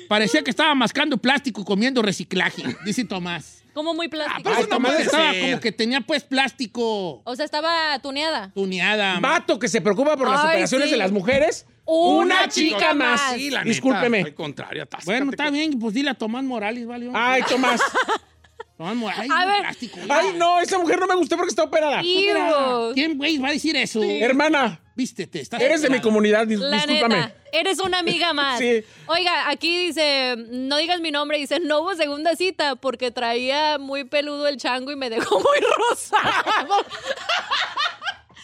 Speaker 2: Parecía que estaba mascando plástico y comiendo reciclaje, dice Tomás.
Speaker 15: Como muy plástico.
Speaker 2: Pero eso no puede estaba como que tenía pues plástico
Speaker 15: O sea, estaba tuneada.
Speaker 2: tuneada.
Speaker 3: Vato que se preocupa por las
Speaker 15: Ay,
Speaker 3: operaciones
Speaker 15: sí.
Speaker 3: de las mujeres.
Speaker 15: Una chica más.
Speaker 2: Sí, la neta,
Speaker 3: Discúlpeme.
Speaker 2: al contrario, atáscate Bueno, está bien, pues dile a Tomás Morales, valió.
Speaker 3: Ay, Tomás.
Speaker 2: Tomás Morales.
Speaker 3: A ver. Ay, no, esa mujer no me gustó porque está operada.
Speaker 15: Ew.
Speaker 2: ¿Quién, güey, va a decir eso?
Speaker 3: Hermana.
Speaker 2: Vístete, estás
Speaker 3: Eres de mi
Speaker 2: operada.
Speaker 3: comunidad, dis-
Speaker 15: La
Speaker 3: discúlpame.
Speaker 15: neta, eres una amiga más.
Speaker 3: Sí.
Speaker 15: Oiga, aquí dice, no digas mi nombre, dice, no hubo segunda cita porque traía muy peludo el chango y me dejó muy rosado.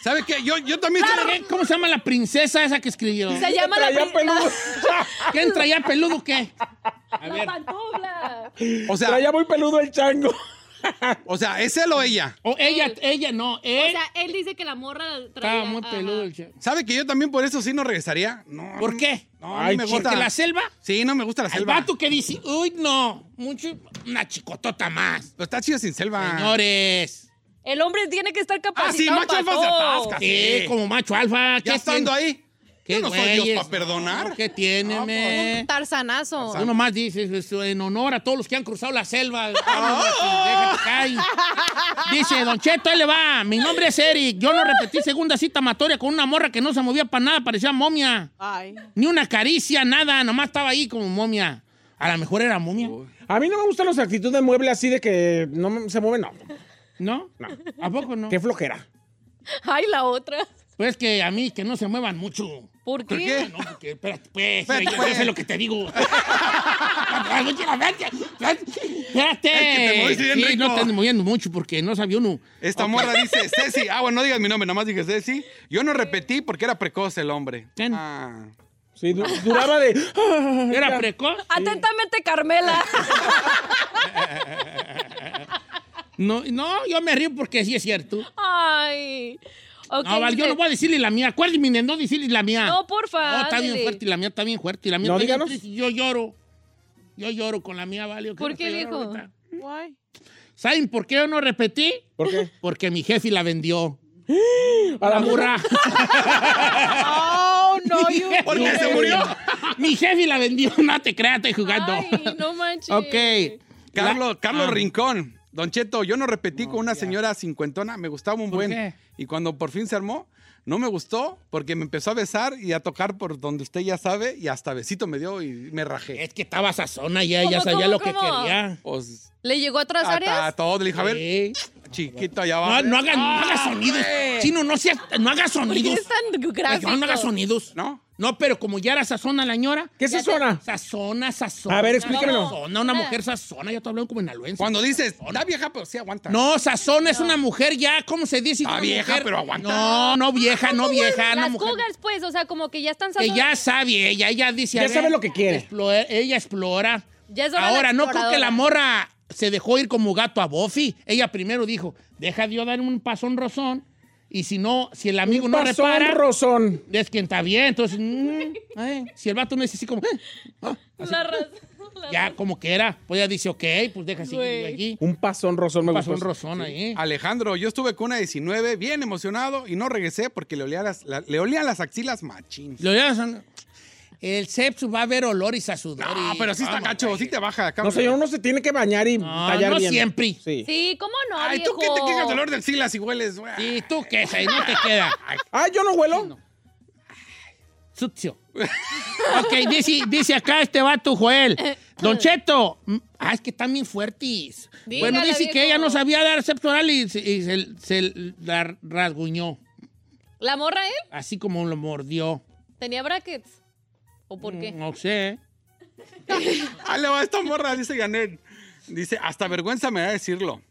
Speaker 2: ¿Sabe qué? Yo, yo también... ¿Cómo se llama la princesa esa que escribió?
Speaker 15: Se llama la
Speaker 2: ¿Traía
Speaker 15: prin-
Speaker 2: peludo?
Speaker 15: la-
Speaker 2: ¿Quién traía peludo qué?
Speaker 15: La pantufla.
Speaker 3: O sea, traía muy peludo el chango.
Speaker 17: O sea, ¿es él o ella?
Speaker 2: O ella, ella, no,
Speaker 15: O sea, él dice que la morra traía... ajá.
Speaker 17: ¿Sabe que yo también por eso sí no regresaría? No,
Speaker 2: ¿Por qué?
Speaker 17: No,
Speaker 2: Ay,
Speaker 17: no me gusta.
Speaker 2: ¿Porque la selva?
Speaker 17: Sí, no me gusta la
Speaker 2: El
Speaker 17: selva.
Speaker 2: vato que dice, uy, no, mucho, una chicotota más.
Speaker 17: Pero está chido sin selva.
Speaker 2: Señores. Ah,
Speaker 15: El hombre tiene que estar
Speaker 17: sí,
Speaker 15: capacitado
Speaker 17: macho
Speaker 15: para
Speaker 17: alfa se
Speaker 15: todo.
Speaker 17: atasca.
Speaker 2: Sí,
Speaker 17: Sí.
Speaker 2: como macho alfa.
Speaker 17: Ya estando ahí.
Speaker 2: ¿Qué
Speaker 17: Yo no soy Dios
Speaker 2: güeyes?
Speaker 17: para perdonar.
Speaker 2: No, ¿Qué tiene, me?
Speaker 15: Un tarzanazo.
Speaker 2: Tú nomás dices esto, en honor a todos los que han cruzado la selva. Vámonos, déjate caer. Dice, Don Cheto, ahí le va. Mi nombre es Eric. Yo no repetí segunda cita amatoria con una morra que no se movía para nada, parecía momia.
Speaker 16: Ay.
Speaker 2: Ni una caricia, nada. Nomás estaba ahí como momia. A lo mejor era momia.
Speaker 3: A mí no me gustan las actitudes de mueble así de que no me- se mueven, no.
Speaker 2: ¿No? No. ¿A poco no?
Speaker 3: Qué flojera.
Speaker 15: Ay, la otra.
Speaker 2: Pues que a mí, que no se muevan mucho.
Speaker 15: ¿Por qué?
Speaker 2: No, porque, espérate, pues,
Speaker 15: Espérate,
Speaker 2: yo
Speaker 15: pues.
Speaker 2: sé lo que te digo. espérate,
Speaker 17: Es que te mueves bien
Speaker 2: Sí,
Speaker 17: rico.
Speaker 2: no estás moviendo mucho porque no sabía uno.
Speaker 17: Esta
Speaker 2: Ok.
Speaker 17: morra dice, Ceci, ah, bueno, no digas mi nombre, nomás dije Ceci. Yo no repetí porque era precoz el hombre. Ah.
Speaker 3: Sí, duraba de...
Speaker 2: ¿Era precoz?
Speaker 15: Atentamente, Carmela.
Speaker 2: No, no, yo me río porque sí es cierto.
Speaker 15: Ay. Ok,
Speaker 2: no, Val, yo
Speaker 15: dice-
Speaker 2: no voy a decirle la mía. Acuérdeme de no decirle la mía.
Speaker 15: No, porfa,
Speaker 2: No, está bien
Speaker 15: ándele.
Speaker 2: fuerte y la mía está bien fuerte. Y la mía
Speaker 3: No,
Speaker 2: está bien
Speaker 3: díganos.
Speaker 2: triste, y Yo lloro. Yo lloro con la mía, Valio.
Speaker 15: ¿Por qué, viejo? Guay.
Speaker 2: ¿Saben por qué yo no repetí?
Speaker 3: ¿Por qué?
Speaker 2: Porque mi jefe la vendió.
Speaker 3: A
Speaker 2: la burra.
Speaker 16: Oh, no, you-
Speaker 2: Porque se murió. Mi jefe la vendió. No te creas, estoy jugando.
Speaker 15: Ay, no manches.
Speaker 17: Carlos, Carlos
Speaker 2: Ah.
Speaker 17: Rincón. Don Cheto, yo no repetí con una señora cincuentona, me gustaba un
Speaker 2: ¿Por
Speaker 17: buen.
Speaker 2: qué?
Speaker 17: Y cuando por fin se armó, no me gustó porque me empezó a besar y a tocar por donde usted ya sabe y hasta besito me dio y me rajé.
Speaker 2: Es que estaba sazona ya, ya
Speaker 17: ¿Cómo,
Speaker 2: sabía
Speaker 17: cómo,
Speaker 2: lo que
Speaker 17: cómo?
Speaker 2: quería.
Speaker 15: ¿Le llegó a otras
Speaker 17: Pues, A,
Speaker 15: áreas?
Speaker 17: todo, le dije, a ver,
Speaker 2: Sí.
Speaker 17: chiquito allá
Speaker 2: No,
Speaker 17: abajo.
Speaker 2: no hagas no hagas
Speaker 17: Ah,
Speaker 2: sonidos.
Speaker 17: güey.
Speaker 2: Chino, no, seas, no hagas
Speaker 15: ¿Por qué
Speaker 2: sonidos.
Speaker 15: es tan
Speaker 2: Ay,
Speaker 15: gráfico?
Speaker 2: no, no hagas sonidos.
Speaker 17: No.
Speaker 2: No, pero como ya era sazona la ñora.
Speaker 3: ¿Qué
Speaker 2: ya
Speaker 3: sazona?
Speaker 2: te- Sazona, sazona.
Speaker 3: A ver, explíquemelo.
Speaker 2: Sazona, una mujer sazona, ya te hablando como en aluense.
Speaker 17: Cuando dices, da vieja, pero pues, sí aguanta.
Speaker 2: No, sazona es una mujer ya, ¿cómo se dice?
Speaker 17: Está
Speaker 2: Una
Speaker 17: vieja,
Speaker 2: mujer-
Speaker 17: pero aguanta.
Speaker 2: No, no vieja, no vieja, una
Speaker 15: Las
Speaker 2: mujer.
Speaker 15: cougars, pues, o sea, como que ya están
Speaker 2: Que
Speaker 15: sazonadas.
Speaker 2: ya sabe, ella, ella dice.
Speaker 3: Ya
Speaker 2: a ver,
Speaker 3: sabe lo que quiere.
Speaker 2: explora- ella explora.
Speaker 15: Ya es hora de
Speaker 2: Ahora, no creo que
Speaker 15: exploradora.
Speaker 2: la morra se dejó ir como gato a Buffy. Ella primero dijo, deja Dios dar un pasón rozón. Y si no, si el amigo no
Speaker 3: pasón
Speaker 2: repara,
Speaker 3: rozón.
Speaker 2: es quien está bien. Entonces, mm, ay, si el vato no es así como, eh, ah,
Speaker 15: La razón.
Speaker 2: ya como que era. Pues ella dice, ok, pues deja seguir allí.
Speaker 3: Un pasón rozón me
Speaker 2: Un pasón
Speaker 3: gustó.
Speaker 2: rozón ahí.
Speaker 17: Pues, Alejandro, yo estuve con una 19, bien emocionado y no regresé porque le olían las, la- le olían las axilas machín.
Speaker 2: Lo ya son- El sepsu va a haber olores a sudor.
Speaker 17: Ah,
Speaker 2: y-
Speaker 17: pero sí está
Speaker 2: vamos,
Speaker 17: cacho, sí te baja acá.
Speaker 3: No, señor, uno se tiene que bañar y tallar
Speaker 2: no
Speaker 3: bien.
Speaker 2: siempre.
Speaker 3: Sí.
Speaker 15: Sí, ¿cómo no,
Speaker 17: Ay,
Speaker 15: viejo?
Speaker 17: ¿tú qué te quejas del olor de axilas y hueles? güey?
Speaker 2: ¿Y tú qué? Ahí no te queda.
Speaker 3: Ah, yo no huelo.
Speaker 2: Sucio. ok, dice, dice acá este vato, Joel. Don Cheto. mm, Ah, es que están bien fuertes.
Speaker 15: Dígala,
Speaker 2: bueno, dice
Speaker 15: viejo.
Speaker 2: que ella no sabía dar septo oral y, se- y se, se la rasguñó.
Speaker 15: ¿La morra él?
Speaker 2: Así como lo mordió.
Speaker 15: ¿Tenía brackets? ¿O por qué?
Speaker 2: No sé.
Speaker 17: Ah, le va esta morra, dice Janet. Dice, hasta vergüenza me da decirlo.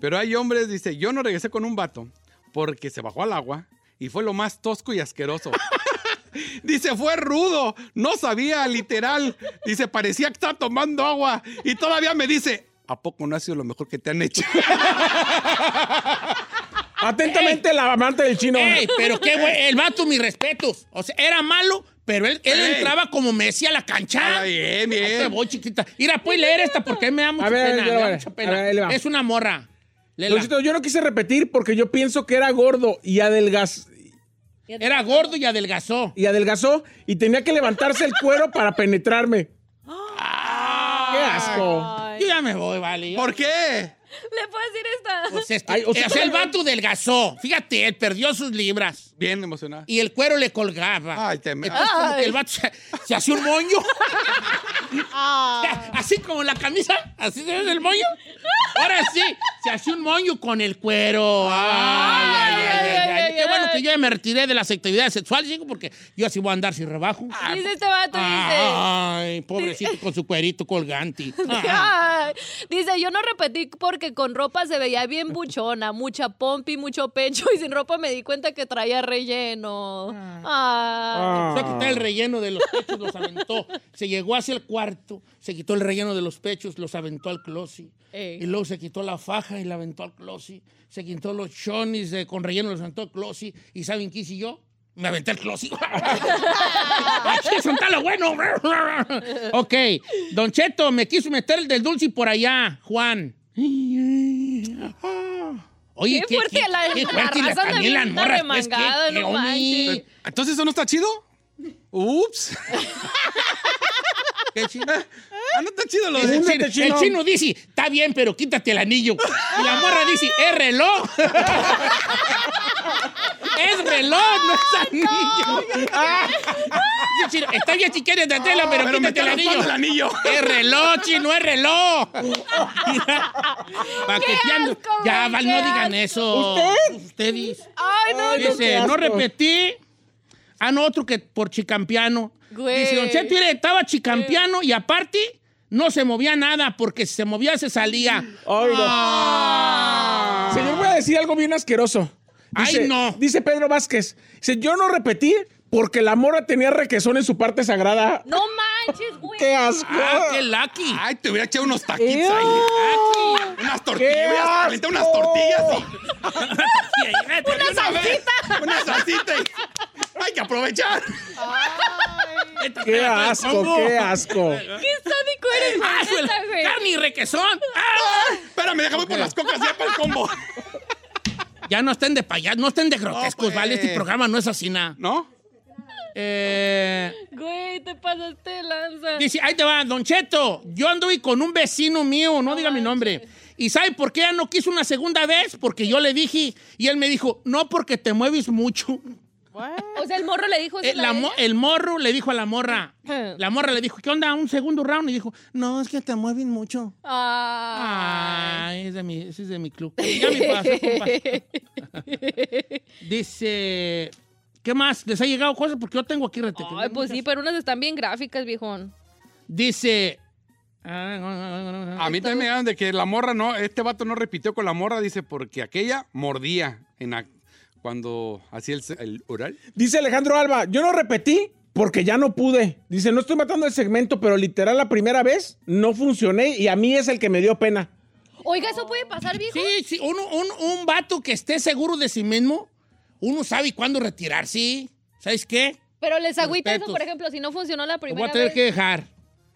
Speaker 17: Pero hay hombres, dice, yo no regresé con un vato porque se bajó al agua y fue lo más tosco y asqueroso. dice, fue rudo, no sabía, literal. Dice, parecía que estaba tomando agua y todavía me dice, ¿a poco no ha sido lo mejor que te han hecho?
Speaker 3: Atentamente la amante del chino.
Speaker 2: Ey, pero qué güey. El vato, mis respetos. O sea, era malo, pero él, él
Speaker 17: Ey.
Speaker 2: entraba como Messi a la cancha.
Speaker 17: Ah, bien, bien.
Speaker 2: Ahí te voy, chiquita. Mira, pues leer esta porque me da mucha
Speaker 3: A ver, a ver,
Speaker 2: pena.
Speaker 3: yo
Speaker 2: me
Speaker 3: la
Speaker 2: da
Speaker 3: voy a-
Speaker 2: mucha
Speaker 3: a ver, ahí le
Speaker 2: pena.
Speaker 3: va.
Speaker 2: Es una morra. Lela.
Speaker 3: Don Cheto, yo no quise repetir porque yo pienso que era gordo y adelgaz
Speaker 2: Era gordo y adelgazó.
Speaker 3: y adelgazó y tenía que levantarse el cuero para penetrarme.
Speaker 2: ¡Qué asco! Yo ya me voy, vale.
Speaker 17: ¿Por qué?
Speaker 15: ¿Le puedo decir esta?
Speaker 2: Pues este, o sea, el vato delgazó. Fíjate, él perdió sus libras.
Speaker 17: Bien emocionado.
Speaker 2: Y el cuero le colgaba.
Speaker 17: Ay, te me-
Speaker 2: Entonces, como que el vato se, se hacía un moño.
Speaker 16: Ah.
Speaker 2: así como la camisa, así se ve el moño. Ahora sí, se hacía un moño con el cuero. Ay, ay, ay, ay, ay. Qué bueno que yo ya me retiré de las actividades sexuales, chico, porque yo así voy a andar sin rebajo.
Speaker 15: Dice este vato,
Speaker 2: Ay, pobrecito con su cuerito colgante.
Speaker 15: dice.
Speaker 2: Ah.
Speaker 15: Ay. Dice, yo no repetí porque con ropa se veía bien buchona, mucha pompi, mucho pecho y sin ropa me di cuenta que traía relleno. Ay.
Speaker 2: Se quitó el relleno de los pechos, los aventó. Se llegó hacia el cuarto, se quitó el relleno de los pechos, los aventó al closet.
Speaker 15: Ey.
Speaker 2: Y luego se quitó la faja y la aventó al closet. Se quitó los chonis de- con relleno, los aventó al closet. ¿Y saben qué hice yo? Me aventé al closet. Aquí es un talo bueno. ok, Don Cheto, me quiso meter el del dulce y por allá, Juan. Oye,
Speaker 15: Qué fuerte la-
Speaker 2: Ah. qué
Speaker 15: la
Speaker 2: fuerte, y
Speaker 15: raza anda
Speaker 2: también
Speaker 15: bien
Speaker 2: las morras, pues, qué-
Speaker 15: remangada,
Speaker 2: qué
Speaker 15: no
Speaker 2: omi.
Speaker 15: manches.
Speaker 17: Entonces, ¿eso no está chido? Ups.
Speaker 2: ¿Qué chido?
Speaker 17: Ah, no está chido lo
Speaker 2: Dice
Speaker 17: de
Speaker 2: el, chino, el chino dice, está bien, pero quítate el anillo. Y la morra dice, es reloj. es reloj, no es anillo. Dice el chino, está bien si quieres de tela, pero,
Speaker 17: Pero me
Speaker 2: quítate el
Speaker 17: está
Speaker 2: anillo.
Speaker 17: raspando el anillo.
Speaker 2: Es reloj, chino, es reloj. Paqueteando.
Speaker 16: asco, güey,
Speaker 2: ya, Val, no
Speaker 16: qué
Speaker 2: digan
Speaker 16: asco.
Speaker 2: eso.
Speaker 16: ¿Usted?
Speaker 2: Ustedes.
Speaker 16: Ay, no, no, qué
Speaker 2: Dice,
Speaker 16: asco.
Speaker 2: no repetí. Ah, no, otro que por chicampiano.
Speaker 16: Güey.
Speaker 2: Dice, Don Cheto, mire, estaba chicampiano y aparte no se movía nada, porque si se movía se salía. Ah.
Speaker 3: Señor, voy a decir algo bien asqueroso.
Speaker 2: Ay, no.
Speaker 3: Dice Pedro Vázquez. Dice, yo no repetí porque la mora tenía requesón en su parte sagrada.
Speaker 15: No manches, güey.
Speaker 3: ¡Qué asco!
Speaker 2: ¡Ah, qué lucky!
Speaker 17: Ay, te hubiera echado unos taquitos
Speaker 3: ¡Ew!
Speaker 17: ahí.
Speaker 2: Lucky.
Speaker 17: Unas tortillas, calenté unas tortillas.
Speaker 16: Una salsita.
Speaker 17: Una salsita. y- Hay que aprovechar.
Speaker 3: ¡Qué asco, qué asco!
Speaker 15: ¡Qué sádico eres,
Speaker 2: Ah,
Speaker 15: la neta, güey!
Speaker 2: ¡Carne y requesón!
Speaker 17: Ah, Espérame, déjame por las cocas ya para el combo.
Speaker 2: Ya no estén de payas, no estén de grotescos, ¿vale? Este programa no es así nada.
Speaker 17: pues. ¿No?
Speaker 2: Eh,
Speaker 15: Güey, te pasaste de lanza.
Speaker 2: dice, ahí te va, Don Cheto, yo anduve con un vecino mío, no diga mi nombre. ¿Y sabe por qué ya no quiso una segunda vez? Porque yo le dije, y él me dijo, no porque te mueves mucho.
Speaker 15: O sea, el morro le dijo...
Speaker 2: Eh,
Speaker 15: eso a
Speaker 2: la
Speaker 15: Pues ella.
Speaker 2: mo- el morro le dijo a la morra. La morra le dijo, ¿qué onda? Un segundo round. Y dijo, no, es que te mueven mucho.
Speaker 15: Ah.
Speaker 2: Ay, es de mi, ese es de mi club. Ya me pasó, compa. Dice, ¿qué más? ¿Les ha llegado cosas? Porque yo tengo aquí rete-
Speaker 15: Ay, pues sí, pero unas están bien gráficas, viejón.
Speaker 2: Dice,
Speaker 17: A mí también me dan de que la morra no, este vato no repitió con la morra, dice, porque aquella mordía en ac- cuando hacía el, se- el oral.
Speaker 3: Dice Alejandro Alba, yo no repetí porque ya no pude. Dice, no estoy matando el segmento, pero literal la primera vez no funcioné y a mí es el que me dio pena.
Speaker 15: Oiga, ¿eso puede pasar, viejo?
Speaker 2: Sí, sí, uno, un, un vato que esté seguro de sí mismo, uno sabe cuándo retirarse. ¿Sabes qué?
Speaker 15: Pero les agüita eso,
Speaker 2: Respetos.
Speaker 15: por ejemplo, si no funcionó la
Speaker 2: Lo
Speaker 15: primera
Speaker 2: voy a tener
Speaker 15: vez.
Speaker 2: que dejar.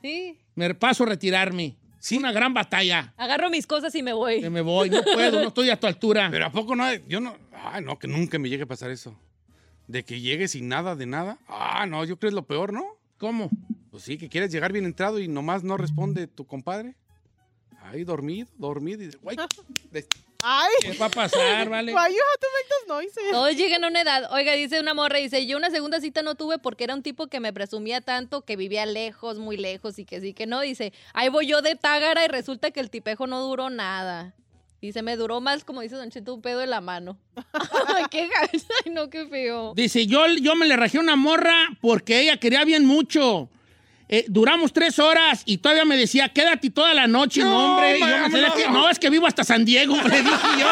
Speaker 15: Sí.
Speaker 2: Me paso a retirarme. Sí. Una gran batalla.
Speaker 15: Agarro mis cosas y me voy.
Speaker 2: Que me voy, no puedo, no estoy a tu altura.
Speaker 17: Pero ¿a poco no? Yo no, ay, no, que nunca me llegue a pasar eso. De que llegue sin nada de nada. Ah, no, yo creo que es lo peor, ¿no?
Speaker 2: ¿Cómo?
Speaker 17: Pues sí, que quieres llegar bien entrado y nomás no responde tu compadre. Ay, dormido, dormido. Y, güey, de-
Speaker 16: Ay.
Speaker 2: ¿Qué va a pasar, vale?
Speaker 16: Why you have to make those noises?
Speaker 15: Todos llegan a una edad. Oiga, dice una morra, dice, yo una segunda cita no tuve porque era un tipo que me presumía tanto, que vivía lejos, muy lejos y que sí, que no. Dice, ahí voy yo de tágara y resulta que el tipejo no duró nada. Dice, me duró más, como dice Don Cheto, un pedo en la mano. Ay, qué gacha. Ay, no, qué feo.
Speaker 2: Dice, yo, yo me le rajé una morra porque ella quería bien mucho. Eh, duramos tres horas y todavía me decía, quédate toda la noche, no,
Speaker 16: No,
Speaker 2: hombre. Y yo me
Speaker 16: vámonos.
Speaker 2: tenía que- no, es que vivo hasta San Diego, le dije yo.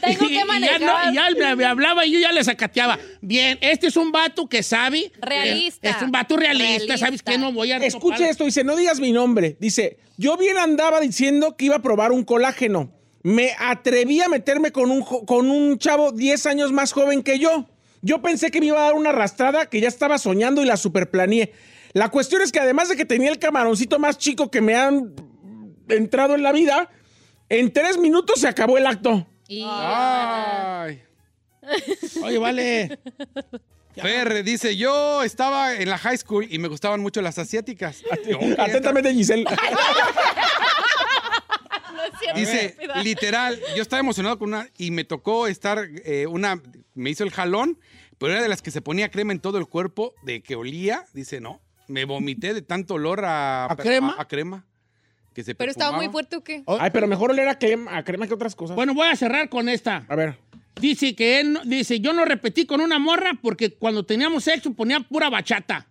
Speaker 15: Tengo
Speaker 2: Y-
Speaker 15: que manejar.
Speaker 2: Y ya, no, y ya me, me hablaba y yo ya le sacateaba. Bien, este es un vato que sabe. eh,
Speaker 15: Realista.
Speaker 2: Es un vato realista,
Speaker 15: Realista.
Speaker 2: ¿sabes qué? No voy a...
Speaker 3: Escuche esto, dice, no digas mi nombre. Dice, yo bien andaba diciendo que iba a probar un colágeno. Me atreví a meterme con un, jo- con un chavo 10 años más joven que yo. Yo pensé que me iba a dar una arrastrada que ya estaba soñando y la superplaneé. La cuestión es que además de que tenía el camaroncito más chico que me han entrado en la vida, en tres minutos se acabó el acto.
Speaker 15: Y-
Speaker 17: Ay.
Speaker 2: Oye, Ah. vale.
Speaker 17: Fer dice, yo estaba en la high school y me gustaban mucho las asiáticas.
Speaker 3: Atentamente, Giselle.
Speaker 15: No es cierto,
Speaker 17: Dice,
Speaker 15: estúpida.
Speaker 17: literal, yo estaba emocionado con una y me tocó estar eh, una, me hizo el jalón, pero era de las que se ponía crema en todo el cuerpo, de que olía, dice, no, me vomité de tanto olor a,
Speaker 3: ¿A crema?
Speaker 17: A, a crema. Que se
Speaker 15: Pero estaba muy
Speaker 17: perfumaba.
Speaker 15: fuerte o
Speaker 2: Oh.
Speaker 15: qué?
Speaker 3: Ay, pero mejor oler a crema, a crema que otras cosas.
Speaker 2: Bueno, voy a cerrar con esta.
Speaker 3: A ver.
Speaker 2: Dice que él, no- dice, yo no repetí con una morra porque cuando teníamos sexo ponía pura bachata.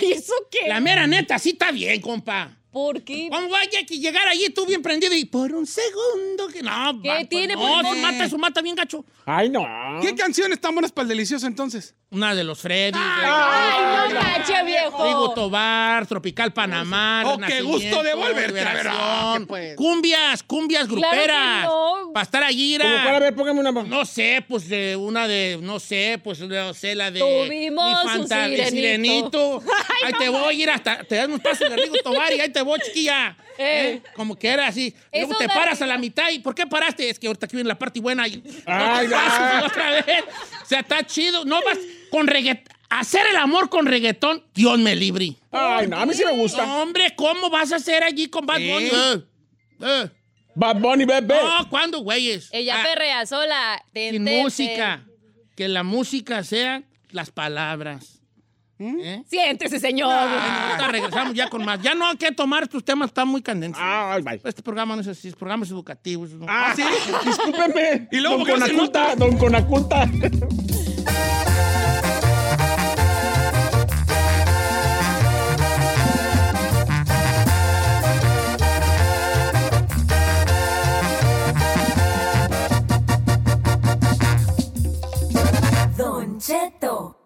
Speaker 15: ¿Y eso qué?
Speaker 2: La mera neta, sí está bien, compa.
Speaker 15: ¿Por qué?
Speaker 2: ¿Cómo vaya que llegar allí tú bien prendido y por un segundo que no?
Speaker 15: ¿Qué
Speaker 2: va, pues,
Speaker 15: tiene,
Speaker 2: No,
Speaker 15: pues,
Speaker 2: eso
Speaker 15: no?
Speaker 2: mata, eso mata bien gacho.
Speaker 3: Ay, no.
Speaker 17: ¿Qué canciones tan buenas para el delicioso entonces?
Speaker 2: Una de los Freddy.
Speaker 15: Ay, no manches, viejo.
Speaker 2: Rigo Tobar, Tropical Panamá.
Speaker 17: Oh, qué gusto de volverte a ver. Ah,
Speaker 2: Liberación, Cumbias, cumbias
Speaker 17: Claro
Speaker 2: gruperas.
Speaker 17: que no.
Speaker 2: Para estar allí. era-
Speaker 17: Como cuál, a ver,
Speaker 3: póngame una
Speaker 2: No sé, pues de una de, no sé, pues no sé, la de.
Speaker 15: Tuvimos
Speaker 2: mi
Speaker 15: un
Speaker 2: fanta- el
Speaker 15: sirenito.
Speaker 2: sirenito.
Speaker 15: Ay,
Speaker 2: ahí
Speaker 15: no
Speaker 2: te voy
Speaker 15: manches.
Speaker 2: a ir hasta. Te dan un paso de Rigo Tobar y ahí te voy, chiquilla.
Speaker 15: Eh.
Speaker 2: Eh, Como que era así. Luego
Speaker 15: Eso
Speaker 2: te
Speaker 15: da
Speaker 2: paras
Speaker 15: risa.
Speaker 2: a la mitad. ¿Y por qué paraste? Es que ahorita aquí viene la parte buena. Y no
Speaker 3: Ay,
Speaker 2: te pases,
Speaker 3: ay.
Speaker 2: y otra vez. O sea, está chido. No vas con reggaetón. Hacer el amor con reggaetón, Dios me libre.
Speaker 3: Ay, no, a mí sí me gusta.
Speaker 2: No, hombre, ¿cómo vas a hacer allí con Bad Bunny?
Speaker 3: Eh.
Speaker 2: Eh.
Speaker 3: Bad Bunny, bebé.
Speaker 2: No, ¿cuándo, güeyes?
Speaker 15: Ella
Speaker 2: Ah,
Speaker 15: perrea sola. Ten,
Speaker 2: sin
Speaker 15: ten, ten.
Speaker 2: música. Que la música sea las palabras.
Speaker 3: ¿Mm?
Speaker 2: ¿Eh? Ah,
Speaker 15: Siéntese,
Speaker 3: Ah,
Speaker 15: señor.
Speaker 2: Bueno, ahorita regresamos ya con más. Ya no hay que tomar tus temas, están muy candentes. Este programa no es así, este programa es educativo. es-
Speaker 3: Ah, sí. Discúlpeme.
Speaker 2: Y luego, ¿por
Speaker 3: don
Speaker 2: qué se
Speaker 3: Conaculta, don Conaculta.
Speaker 18: Don Cheto,